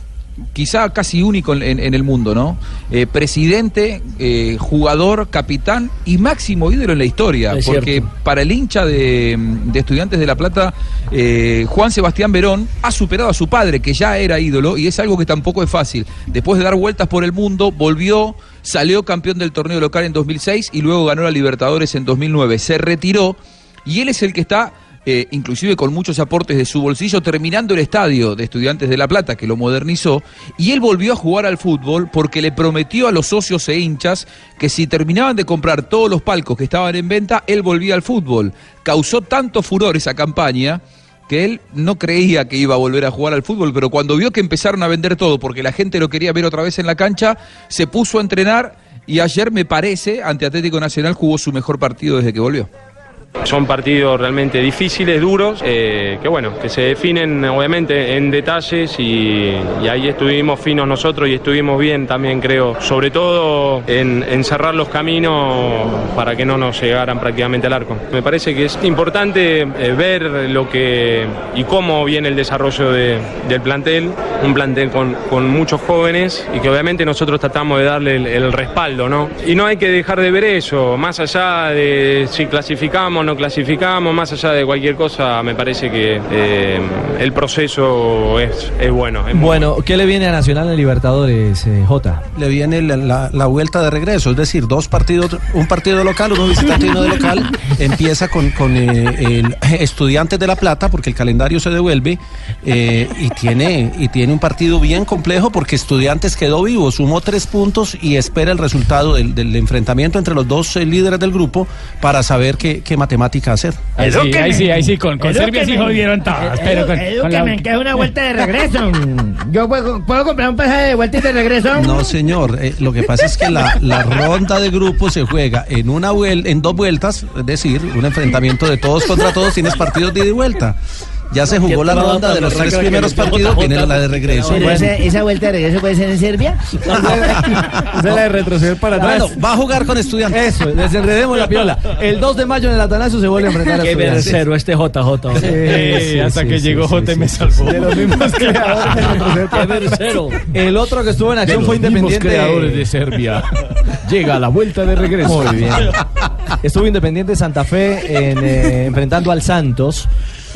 Speaker 14: quizá casi único en, en- en el mundo, ¿no? Eh, presidente, eh, jugador, capitán y máximo ídolo en la historia.
Speaker 29: Es
Speaker 14: porque
Speaker 29: cierto.
Speaker 14: para el hincha de, de Estudiantes de La Plata, eh, Juan Sebastián Verón ha superado a su padre, que ya era ídolo, y es algo que tampoco es fácil. Después de dar vueltas por el mundo, volvió, salió campeón del torneo local en 2006 y luego ganó la Libertadores en 2009. Se retiró y él es el que está, eh, inclusive con muchos aportes de su bolsillo, terminando el estadio de Estudiantes de La Plata, que lo modernizó, y él volvió a jugar al fútbol porque le prometió a los socios e hinchas que si terminaban de comprar todos los palcos que estaban en venta, él volvía al fútbol. Causó tanto furor esa campaña que él no creía que iba a volver a jugar al fútbol, pero cuando vio que empezaron a vender todo porque la gente lo quería ver otra vez en la cancha, se puso a entrenar y ayer me parece, ante Atlético Nacional, jugó su mejor partido desde que volvió.
Speaker 33: Son partidos realmente difíciles, duros, eh, que bueno, que se definen obviamente en detalles y, y ahí estuvimos finos nosotros y estuvimos bien también creo, sobre todo en, en cerrar los caminos para que no nos llegaran prácticamente al arco. Me parece que es importante eh, ver lo que y cómo viene el desarrollo de- del plantel, un plantel con, con muchos jóvenes y que obviamente nosotros tratamos de darle el, el respaldo, ¿no? Y no hay que dejar de ver eso, más allá de si clasificamos o no clasificamos, más allá de cualquier cosa, me parece que eh, el proceso es, es bueno. es muy
Speaker 3: Bueno, ¿qué le viene a Nacional en Libertadores, eh, Jota?
Speaker 22: Le viene la, la- la vuelta de regreso, es decir, dos partidos, un partido local, uno visitante y uno de local. Empieza con, con, eh, el Estudiantes de La Plata, porque el calendario se devuelve, eh, y, tiene, y tiene un partido bien complejo porque Estudiantes quedó vivo, sumó tres puntos y espera el resultado del, del enfrentamiento entre los dos eh, líderes del grupo para saber qué, qué matemática hacer.
Speaker 5: Ahí sí, ahí sí, ahí sí, con, con Serbia sí jodieron todas. Pero con, con la-
Speaker 9: Edúquenme, que es una vuelta de regreso. Yo puedo, puedo comprar un pasaje de vuelta y de regreso.
Speaker 22: No, señor. eh, lo que pasa es que la, la ronda de grupos se juega en una vuel- en dos vueltas, es decir, un enfrentamiento de todos contra todos, tienes partidos de ida y vuelta. Ya se jugó la ronda de los tres primeros partidos, viene la de regreso.
Speaker 12: Pero
Speaker 22: Bueno.
Speaker 12: esa, esa vuelta de regreso puede ser en Serbia.
Speaker 3: de retroceder para
Speaker 22: atrás. va a jugar con estudiantes.
Speaker 3: Eso, desenredemos la piola. El 2 de mayo en el Atanasio se vuelve a enfrentar a
Speaker 31: Qué
Speaker 3: Estudiantes.
Speaker 31: versero este JJ.
Speaker 3: Sí, sí,
Speaker 31: hasta
Speaker 3: sí,
Speaker 31: que
Speaker 3: sí,
Speaker 31: llegó
Speaker 3: sí,
Speaker 31: J y
Speaker 3: sí,
Speaker 31: me
Speaker 3: sí,
Speaker 31: salvó.
Speaker 3: sí. De los mismos creadores de retroceder para atrás. El otro que estuvo en acción fue Independiente.
Speaker 5: Serbia. Llega a la vuelta de regreso.
Speaker 3: Muy bien. Estuvo Independiente Santa Fe en, eh, enfrentando al Santos.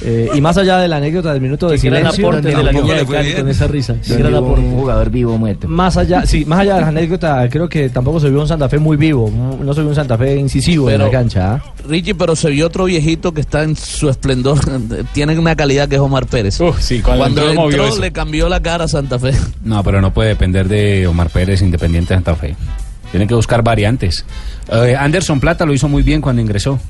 Speaker 3: Eh, y más allá de la anécdota del minuto de
Speaker 17: Qué gran
Speaker 3: silencio,
Speaker 17: aporte de la Liga de Cali con esa risa. Qué gran aporte.
Speaker 3: jugador vivo muerto. Más allá, sí, más allá de la anécdota, creo que tampoco se vio un Santa Fe muy vivo, no se vio un Santa Fe incisivo en
Speaker 12: Pero-
Speaker 3: la cancha. ¿ah?
Speaker 12: Richie, pero se vio otro viejito que está en su esplendor. Tiene una calidad que es Omar Pérez.
Speaker 5: cuando
Speaker 12: cuando
Speaker 5: entró, movió
Speaker 12: entró,
Speaker 5: eso.
Speaker 12: le cambió la cara a Santa Fe.
Speaker 10: No, pero no puede depender de Omar Pérez, Independiente de Santa Fe. Tienen que buscar variantes. Eh, Anderson Plata lo hizo muy bien cuando ingresó.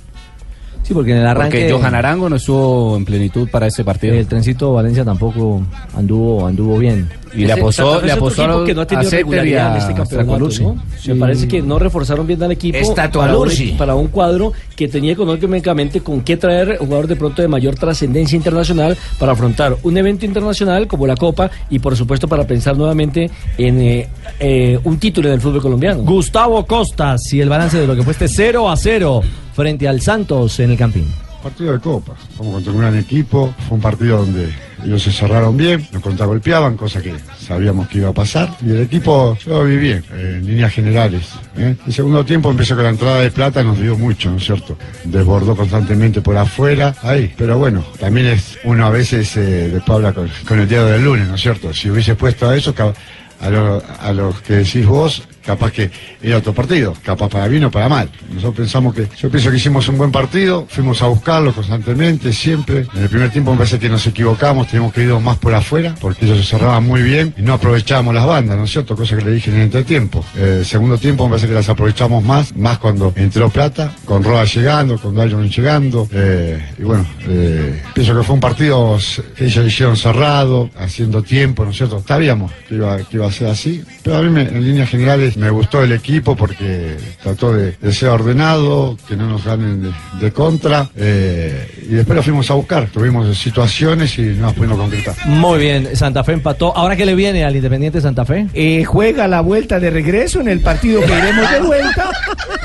Speaker 3: Sí, porque en el arranque-
Speaker 10: Porque Johan Arango no estuvo en plenitud para este partido.
Speaker 3: El trencito Valencia tampoco anduvo anduvo bien.
Speaker 10: Y le apostó, le apostó a,
Speaker 4: que no ha tenido
Speaker 10: a Ceter y
Speaker 4: regularidad en
Speaker 10: a
Speaker 4: este campeonato.
Speaker 10: Stracoluzzi.
Speaker 4: ¿no? Me parece que no reforzaron bien al equipo
Speaker 10: Está
Speaker 4: para un,
Speaker 10: Tualursi.
Speaker 4: para un cuadro que tenía económicamente con qué traer jugadores de pronto de mayor trascendencia internacional para afrontar un evento internacional como la Copa y por supuesto para pensar nuevamente en eh, eh, un título en el fútbol colombiano.
Speaker 3: Gustavo Costas y el balance de lo que fue este 0 a 0 frente al Santos en el Campín.
Speaker 25: Partido de Copa, como contra un gran equipo, fue un partido donde ellos se cerraron bien, nos contragolpeaban, cosa que sabíamos que iba a pasar, y el equipo yo lo vi bien, eh, en líneas generales. ¿eh? El segundo tiempo empezó con la entrada de plata, nos dio mucho, ¿no es cierto? Desbordó constantemente por afuera, ahí, pero bueno, también es uno a veces eh, después habla con, con el dedo del lunes, ¿no es cierto? Si hubiese puesto a eso, ca- a, lo- a los que decís vos, capaz que era otro partido, capaz para bien o para mal. Nosotros pensamos que, yo pienso que hicimos un buen partido, fuimos a buscarlo constantemente, siempre. En el primer tiempo me parece que nos equivocamos, teníamos que irnos más por afuera, porque ellos se cerraban muy bien y no aprovechábamos las bandas, ¿no es cierto? Cosa que le dije en el entretiempo. Eh, segundo tiempo me parece que las aprovechamos más, más cuando entró Plata, con Roda llegando, con Dallon llegando. eh, y bueno, eh, pienso que fue un partido que ellos hicieron cerrado, haciendo tiempo, ¿no es cierto? Sabíamos que iba, que iba a ser así, pero a mí me- en líneas generales me gustó el equipo porque trató de, de ser ordenado, que no nos ganen de, de contra, eh, y después lo fuimos a buscar, tuvimos situaciones y no las pudimos concretar.
Speaker 3: Muy bien, Santa Fe empató. ¿Ahora qué le viene al Independiente Santa Fe?
Speaker 9: Eh, juega la vuelta de regreso en el partido que iremos de vuelta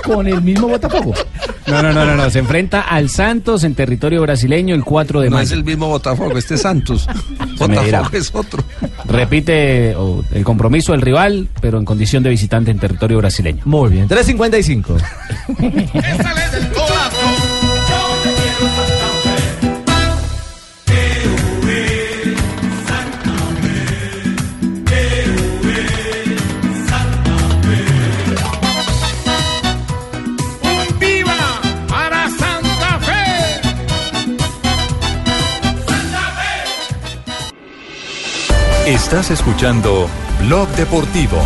Speaker 9: con el mismo Botafogo.
Speaker 10: No, no, no, no, no, se enfrenta al Santos en territorio brasileño el 4 de
Speaker 22: No
Speaker 10: mayo.
Speaker 22: es el mismo Botafogo, este es Santos.
Speaker 10: me dirá.
Speaker 22: Botafogo es otro.
Speaker 10: Repite o, el compromiso del rival, pero en condición de visitante en territorio brasileño.
Speaker 3: Muy bien, 355.
Speaker 20: Un viva para Santa Fe.
Speaker 19: Estás escuchando Blog Deportivo.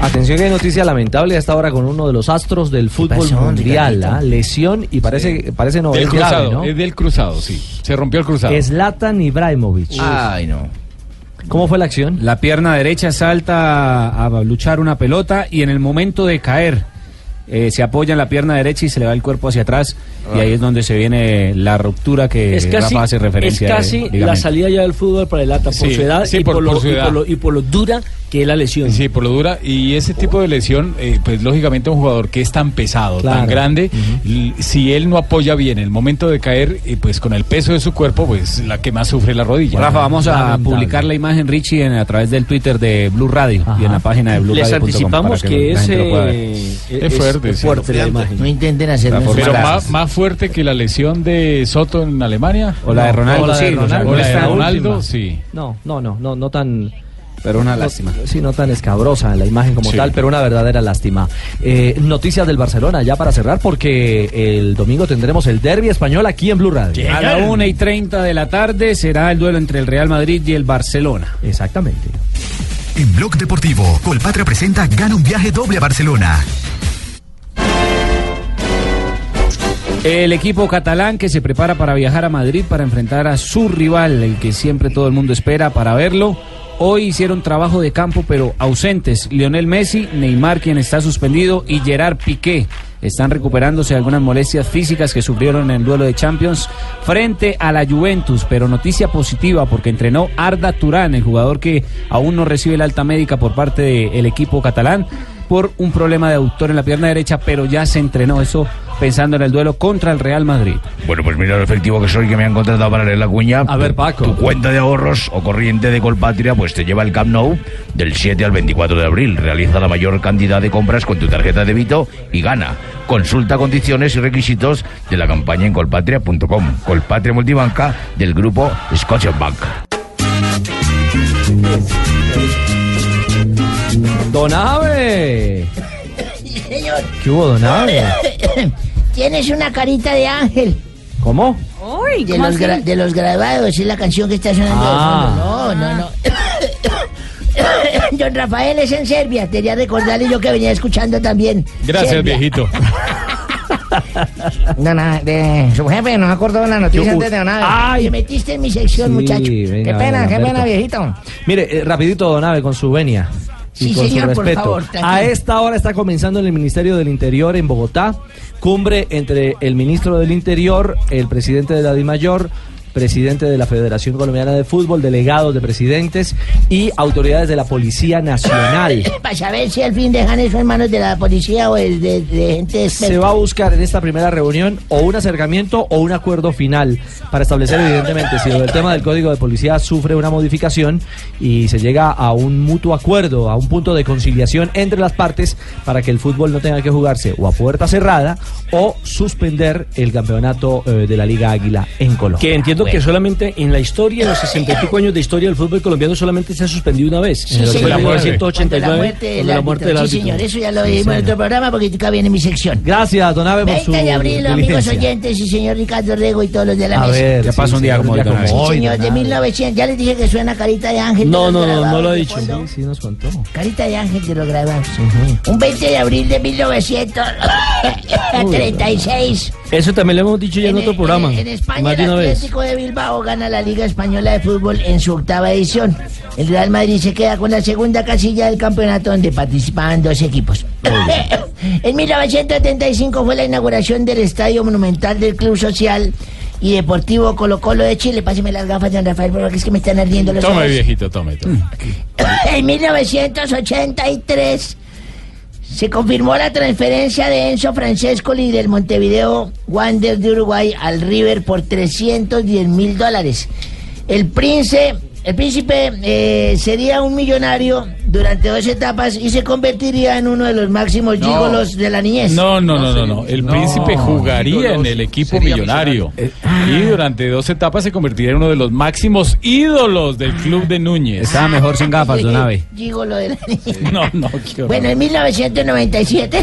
Speaker 3: Atención que hay noticia lamentable hasta ahora con uno de los astros del fútbol
Speaker 5: pasó,
Speaker 3: mundial,
Speaker 5: Ricardito?
Speaker 3: ¿ah? lesión y parece parece no
Speaker 5: Del
Speaker 3: es grave,
Speaker 5: cruzado,
Speaker 3: ¿no?
Speaker 5: es del cruzado, sí. Se rompió el cruzado.
Speaker 3: Zlatan Ibrahimovic.
Speaker 5: Ay,
Speaker 10: no.
Speaker 3: ¿Cómo fue la acción?
Speaker 10: La pierna derecha salta a, a luchar una pelota y en el momento de caer eh, se apoya en la pierna derecha y se le va el cuerpo hacia atrás y ahí es donde se viene la ruptura que
Speaker 4: es casi,
Speaker 10: Rafa hace referencia.
Speaker 4: es
Speaker 10: Eh, de
Speaker 4: casi la
Speaker 10: ligamento.
Speaker 4: salida ya del fútbol para el ATA por
Speaker 5: Sí,
Speaker 4: su edad
Speaker 5: sí,
Speaker 4: y por,
Speaker 5: por-
Speaker 4: lo,
Speaker 5: por su
Speaker 4: y
Speaker 5: edad.
Speaker 4: por lo- y por lo dura que es la lesión.
Speaker 5: Sí, por lo dura. Y ese tipo de lesión, eh, pues lógicamente un jugador que es tan pesado,
Speaker 4: Claro.
Speaker 5: tan grande, l- si él no apoya bien el momento de caer, y pues con el peso de su cuerpo, pues la que más sufre es la rodilla.
Speaker 10: Rafa, vamos a publicar la imagen Richie en- a través del Twitter de Blue Radio y en la página de Blue
Speaker 4: Les anticipamos que es, eh,
Speaker 5: Es fuerte, sí.
Speaker 4: fuerte la imagen.
Speaker 18: No intenten hacerme
Speaker 5: Pero
Speaker 18: asustar.
Speaker 5: más, más fuerte que la lesión de Soto en Alemania.
Speaker 10: O la de Ronaldo,
Speaker 5: o la de
Speaker 10: sí,
Speaker 5: Ronaldo,
Speaker 10: o
Speaker 5: la
Speaker 10: sea,
Speaker 5: de
Speaker 10: esta
Speaker 5: Ronaldo,
Speaker 10: última.
Speaker 5: sí.
Speaker 3: No, no, no, no, no tan.
Speaker 10: Pero una
Speaker 3: no-
Speaker 10: lástima.
Speaker 3: sí, no tan escabrosa la imagen como
Speaker 10: Sí.
Speaker 3: tal, pero una verdadera lástima. Eh, noticias del Barcelona, ya para cerrar, porque el domingo tendremos el derby español aquí en Blue Radio.
Speaker 10: A la 1 y 30 de la tarde será el duelo entre el Real Madrid y el Barcelona.
Speaker 3: Exactamente.
Speaker 21: En Blog Deportivo, Colpatria presenta Gana un viaje doble a Barcelona.
Speaker 10: El equipo catalán que se prepara para viajar a Madrid para enfrentar a su rival, el que siempre todo el mundo espera para verlo. Hoy hicieron trabajo de campo, pero ausentes. Lionel Messi, Neymar, quien está suspendido, y Gerard Piqué. Están recuperándose de algunas molestias físicas que sufrieron en el duelo de Champions frente a la Juventus. Pero noticia positiva porque entrenó Arda Turán, el jugador que aún no recibe el alta médica por parte del equipo catalán por un problema de aductor en la pierna derecha, pero ya se entrenó. Eso pensando en el duelo contra el Real Madrid.
Speaker 2: Bueno, pues mira lo efectivo que soy que me han contratado para leer la cuña.
Speaker 3: A ver, Paco.
Speaker 2: Tu cuenta de ahorros o corriente de Colpatria pues te lleva al Camp Nou del 7 al 24 de abril. Realiza la mayor cantidad de compras con tu tarjeta de débito y gana. Consulta condiciones y requisitos de la campaña en colpatria.com. Colpatria Multibanca del grupo Scotiabank.
Speaker 3: Don Abe.
Speaker 18: Señor,
Speaker 3: ¿Qué hubo, Don Abe?
Speaker 18: tienes una carita de ángel.
Speaker 3: ¿Cómo?
Speaker 6: Uy,
Speaker 18: De
Speaker 6: ¿cómo
Speaker 18: los,
Speaker 6: así?
Speaker 18: gra- de los graduados, es la canción que está sonando. de
Speaker 3: Ah.
Speaker 18: fondo. No, no, no. Don Rafael es en Serbia, quería recordarle yo que venía escuchando también.
Speaker 5: Gracias,
Speaker 18: Serbia.
Speaker 5: viejito.
Speaker 18: No, no, de su jefe, no me acordó de la noticia
Speaker 3: Yo-
Speaker 18: antes de nada.
Speaker 3: ¡Ay!
Speaker 18: Te metiste en mi sección,
Speaker 3: Sí,
Speaker 18: muchacho.
Speaker 3: venga,
Speaker 18: qué pena,
Speaker 3: venga,
Speaker 18: qué pena,
Speaker 3: Alberto.
Speaker 18: viejito.
Speaker 3: Mire, eh, rapidito, Don Abe, con su venia. Y
Speaker 18: Sí,
Speaker 3: con
Speaker 18: señor,
Speaker 3: su
Speaker 18: por
Speaker 3: respeto.
Speaker 18: favor, tranquilo.
Speaker 3: a esta hora está comenzando en el Ministerio del Interior en Bogotá, cumbre entre el ministro del Interior, el presidente de la DIMAYOR, presidente de la Federación Colombiana de Fútbol, delegados de presidentes y autoridades de la Policía Nacional.
Speaker 18: Para saber si al fin dejan eso en manos de la policía o el de, de gente
Speaker 3: Se
Speaker 18: experta.
Speaker 3: va a buscar en esta primera reunión o un acercamiento o un acuerdo final para establecer evidentemente si el tema del código de policía sufre una modificación y se llega a un mutuo acuerdo, a un punto de conciliación entre las partes para que el fútbol no tenga que jugarse o a puerta cerrada o suspender el campeonato eh, de la Liga Águila en Colombia.
Speaker 4: Que entiendo que solamente en la historia, en los 65 años de historia del fútbol colombiano, solamente se ha suspendido una vez.
Speaker 18: Sí,
Speaker 4: en el
Speaker 18: señor.
Speaker 4: de
Speaker 18: Cuando
Speaker 4: 1989,
Speaker 18: la muerte del
Speaker 4: cuando la muerte del
Speaker 18: árbitro. Sí,
Speaker 4: árbitro.
Speaker 18: señor, eso ya lo
Speaker 4: Sí,
Speaker 18: vimos en
Speaker 4: señor.
Speaker 18: otro programa porque acá viene mi sección.
Speaker 3: Gracias, don Abe, por su
Speaker 18: 20 de abril, amigos
Speaker 3: diligencia.
Speaker 18: oyentes y señor Ricardo Rego y todos los de la
Speaker 3: A
Speaker 18: mesa.
Speaker 3: ver,
Speaker 10: Ya
Speaker 3: sí,
Speaker 10: pasó un día
Speaker 3: señor,
Speaker 10: como el don Abe.
Speaker 3: hoy,
Speaker 18: Señor,
Speaker 3: don
Speaker 18: de
Speaker 3: Abe.
Speaker 18: 1900, ya les dije que suena Carita de Ángel.
Speaker 4: No,
Speaker 18: de los
Speaker 4: no, no, no
Speaker 18: grabados
Speaker 4: lo ha
Speaker 18: de
Speaker 4: dicho.
Speaker 18: fondo.
Speaker 3: Sí, nos contó.
Speaker 18: Carita de Ángel de los grabados. Un 20 de abril de 1936.
Speaker 4: Eso también lo hemos dicho ya en,
Speaker 18: En-
Speaker 4: otro programa.
Speaker 18: En, en España,
Speaker 4: más de
Speaker 18: el
Speaker 4: una vez.
Speaker 18: Atlético de Bilbao gana la Liga Española de Fútbol en su octava edición. El Real Madrid se queda con la segunda casilla del campeonato donde participaban dos equipos. en 1975 fue la inauguración del Estadio Monumental del Club Social y Deportivo Colo Colo de Chile. Páseme las gafas, don Rafael, porque es que me están ardiendo los
Speaker 5: Tome,
Speaker 18: ojos.
Speaker 5: viejito, tome, tome.
Speaker 10: Mm.
Speaker 18: En 1983 se confirmó la transferencia de Enzo Francescoli del Montevideo Wander de Uruguay al River por 310 mil dólares. El príncipe, el príncipe eh, sería un millonario durante dos etapas y se convertiría en uno de los máximos
Speaker 5: No.
Speaker 18: gigolos de la niñez.
Speaker 5: No, no, no, no, no. El
Speaker 14: No,
Speaker 5: príncipe jugaría en el equipo
Speaker 14: sería
Speaker 5: millonario. Y
Speaker 3: Ah.
Speaker 5: durante dos etapas se convertiría en uno de los máximos ídolos
Speaker 3: Ah.
Speaker 5: del club de Núñez.
Speaker 18: Ah,
Speaker 10: Estaba mejor sin gafas, don Abe.
Speaker 18: Gigolo de la niñez.
Speaker 5: No, no, qué horror.
Speaker 18: Bueno, en 1997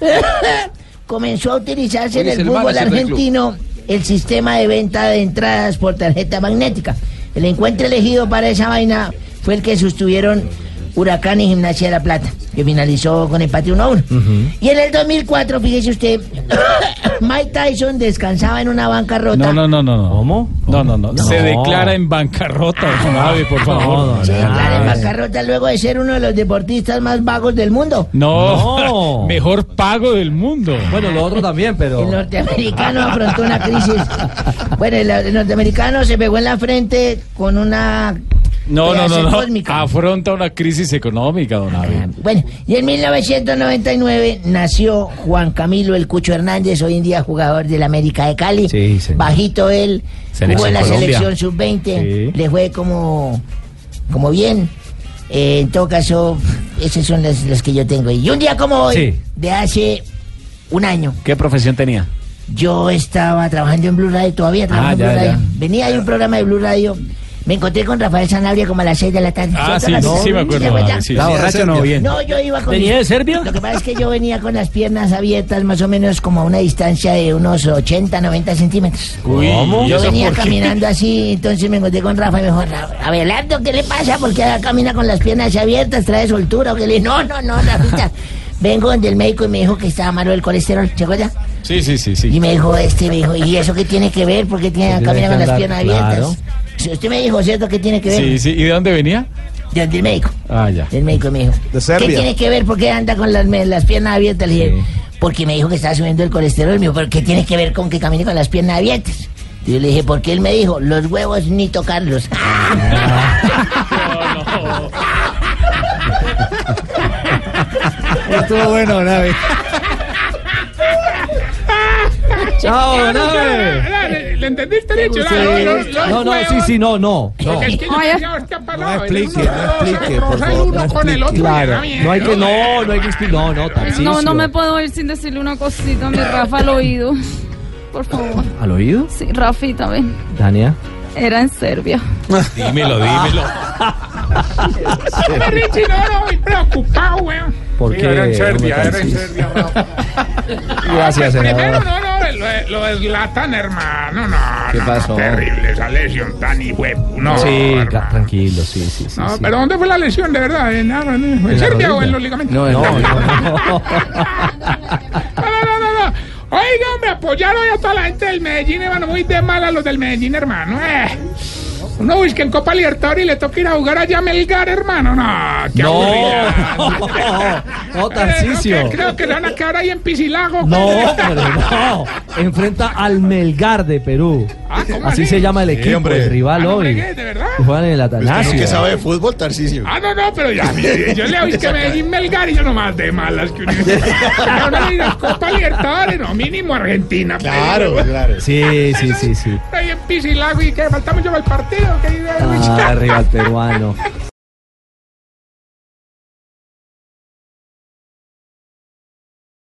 Speaker 18: comenzó a utilizarse
Speaker 14: Hoy
Speaker 18: en
Speaker 14: es
Speaker 18: el,
Speaker 14: el
Speaker 18: fútbol
Speaker 14: manager del club.
Speaker 18: argentino el sistema de venta de entradas por tarjeta magnética. El encuentro elegido para esa vaina fue el que sostuvieron Huracán y Gimnasia de la Plata, que finalizó con empate 1 a 1. Y en el 2004, fíjese usted, Mike Tyson descansaba en una bancarrota.
Speaker 5: No, no, no, no, no.
Speaker 3: ¿Cómo?
Speaker 5: No, no, no.
Speaker 3: No.
Speaker 5: Se declara en bancarrota, don Abe, por favor.
Speaker 3: No,
Speaker 18: Se declara Ah. en
Speaker 3: Ah.
Speaker 18: bancarrota luego de ser uno de los deportistas más vagos del mundo.
Speaker 5: No,
Speaker 3: No.
Speaker 5: mejor pago del mundo.
Speaker 3: Bueno, lo otro también, pero...
Speaker 18: El norteamericano afrontó una crisis. Bueno, el, el norteamericano se pegó en la frente con una.
Speaker 5: No, no,
Speaker 18: creación
Speaker 5: no, no.
Speaker 18: cósmica. Ah.
Speaker 5: Afronta una crisis económica, don Abe.
Speaker 18: Bueno, y en 1999 nació Juan Camilo El Cucho Hernández, hoy en día jugador del América de Cali.
Speaker 3: Sí, señor.
Speaker 18: Bajito él, jugó en
Speaker 10: Selección
Speaker 18: la
Speaker 10: Colombia.
Speaker 18: selección sub-20,
Speaker 10: Sí.
Speaker 18: le fue como, como bien. Eh, en todo caso, esas son las, las que yo tengo. Y un día como hoy,
Speaker 10: Sí.
Speaker 18: de hace un año,
Speaker 10: ¿Qué profesión tenía?
Speaker 18: Yo estaba trabajando en Blue Radio, todavía trabajo
Speaker 10: Ah,
Speaker 18: en
Speaker 10: ya,
Speaker 18: Blue Radio.
Speaker 10: ya.
Speaker 18: Venía de un programa de Blue Radio. Me encontré con Rafael Sanabria como a las 6 de la tarde.
Speaker 5: Ah,
Speaker 18: ¿Cierto?
Speaker 5: sí,
Speaker 18: Las-
Speaker 5: sí, sí, me
Speaker 18: ¿Se
Speaker 5: acuerdo.
Speaker 18: acuerda?
Speaker 5: Abe, sí.
Speaker 10: ¿Estaba borracho o no? Bien.
Speaker 18: No, yo iba con.
Speaker 4: ¿Venía de Serbia?
Speaker 18: Lo que pasa es que yo venía con las piernas abiertas, más o menos como a una distancia de unos 80, 90 centímetros.
Speaker 5: Uy, ¿y
Speaker 18: Yo
Speaker 5: eso
Speaker 18: venía
Speaker 5: por qué?
Speaker 18: caminando así, entonces me encontré con Rafa y me dijo, "Ra- Abelardo, ¿qué le pasa? ¿Por qué camina con las piernas abiertas? ¿Trae soltura? ¿O qué le dije, No, no, no, Rafita. Vengo donde el médico y me dijo que estaba malo el colesterol. ¿Se acuerda?
Speaker 5: Sí, sí, sí,
Speaker 18: Y
Speaker 5: sí.
Speaker 18: me dijo este, me dijo, ¿y eso qué tiene que ver? Porque tiene
Speaker 3: Porque
Speaker 18: camina
Speaker 3: tiene
Speaker 18: con
Speaker 3: que
Speaker 18: las piernas
Speaker 3: andar,
Speaker 18: abiertas.
Speaker 3: claro.
Speaker 18: Si Usted me dijo, ¿cierto? ¿Qué tiene que ver?
Speaker 5: Sí, sí. ¿Y de dónde venía?
Speaker 18: De- Del médico.
Speaker 5: Ah, ya.
Speaker 18: Del médico me dijo.
Speaker 12: De
Speaker 18: ¿Qué
Speaker 12: Serbia.
Speaker 18: tiene que ver? ¿Por qué anda con las, me- las piernas abiertas? Le dije, porque me dijo que estaba subiendo el colesterol. Me dijo, ¿pero qué tiene que ver con que camine con las piernas abiertas? Y yo le dije, porque él me dijo, los huevos ni tocarlos.
Speaker 9: Estuvo bueno, Don Abe.
Speaker 3: No,
Speaker 20: Ah,
Speaker 3: no,
Speaker 20: Lara,
Speaker 3: eh.
Speaker 20: Lara, ¿Le entendiste,
Speaker 3: Sí,
Speaker 20: Nicho? Lara,
Speaker 3: sí.
Speaker 20: los- los
Speaker 3: No, no,
Speaker 20: huevos-
Speaker 3: sí, sí, no, no. No,
Speaker 20: Porque es que yo
Speaker 3: Oye.
Speaker 20: pensaba, hostia, palabra,
Speaker 3: No
Speaker 20: el uno,
Speaker 3: explique, no
Speaker 20: dos,
Speaker 3: explique,
Speaker 20: el
Speaker 3: por
Speaker 20: rosa, el
Speaker 3: favor,
Speaker 20: uno
Speaker 3: no
Speaker 20: con el otro,
Speaker 3: Claro,
Speaker 20: Javier.
Speaker 3: no hay que, no, no hay que explicar, no, no, Tarcisio.
Speaker 1: No, no me puedo ir sin decirle una cosita a mi Rafa al oído. Por favor.
Speaker 3: ¿Al oído?
Speaker 1: Sí, Rafita, ven.
Speaker 3: Dania.
Speaker 1: Era en Serbia.
Speaker 5: Dímelo, dímelo.
Speaker 20: Hombre, Richie, no, no, voy preocupado, weón.
Speaker 3: ¿Por qué?
Speaker 20: era en Serbia,
Speaker 3: hombre,
Speaker 20: era en
Speaker 3: Tarcisio?
Speaker 20: Serbia,
Speaker 3: Gracias,
Speaker 20: Primero,
Speaker 3: senador.
Speaker 20: no, no, lo, de- lo de Zlatan, hermano, no,
Speaker 3: ¿Qué
Speaker 20: no,
Speaker 3: pasó?
Speaker 20: terrible esa lesión tan hijuep, no.
Speaker 3: sí, ca- tranquilo, sí, sí, sí.
Speaker 20: No,
Speaker 3: sí.
Speaker 20: Ah, pero ¿dónde fue la lesión, de verdad? ¿En, en,
Speaker 3: ¿En la
Speaker 20: Serbia o
Speaker 3: rodilla?
Speaker 20: en los ligamentos?
Speaker 3: No, no, no.
Speaker 20: Oiga, hombre, apoyar hoy a toda la gente del Medellín, hermano. Muy de mala los del Medellín, hermano. Eh. Uno busca en Copa Libertadores y le toca ir a jugar allá a Melgar, hermano. No, qué
Speaker 3: No.
Speaker 20: aburrida.
Speaker 3: No,
Speaker 20: Eh,
Speaker 3: Tarcisio.
Speaker 20: creo, que, creo que le van a quedar ahí en Pisilago.
Speaker 3: No, pero no. Enfrenta al Melgar de Perú.
Speaker 20: Ah,
Speaker 3: así, se llama el
Speaker 8: Sí,
Speaker 3: equipo,
Speaker 8: hombre.
Speaker 3: el rival
Speaker 8: Ah, no
Speaker 3: hoy.
Speaker 20: fregué, ¿de verdad?
Speaker 3: Que Juegan en el Atanasio.
Speaker 8: ¿Usted que sabe de fútbol, Tarcisio?
Speaker 20: Ah, no, no, pero ya, mire, yo le que Medellín Melgar y yo nomás de malas que uno. No, no, ir a Copa Libertadores, no, mínimo Argentina.
Speaker 8: Claro,
Speaker 20: pero-
Speaker 8: claro.
Speaker 3: Sí, sí, sí, sí.
Speaker 20: Ahí en Pisilago y que faltamos yo al partido. Que...
Speaker 3: Ah, rival peruano.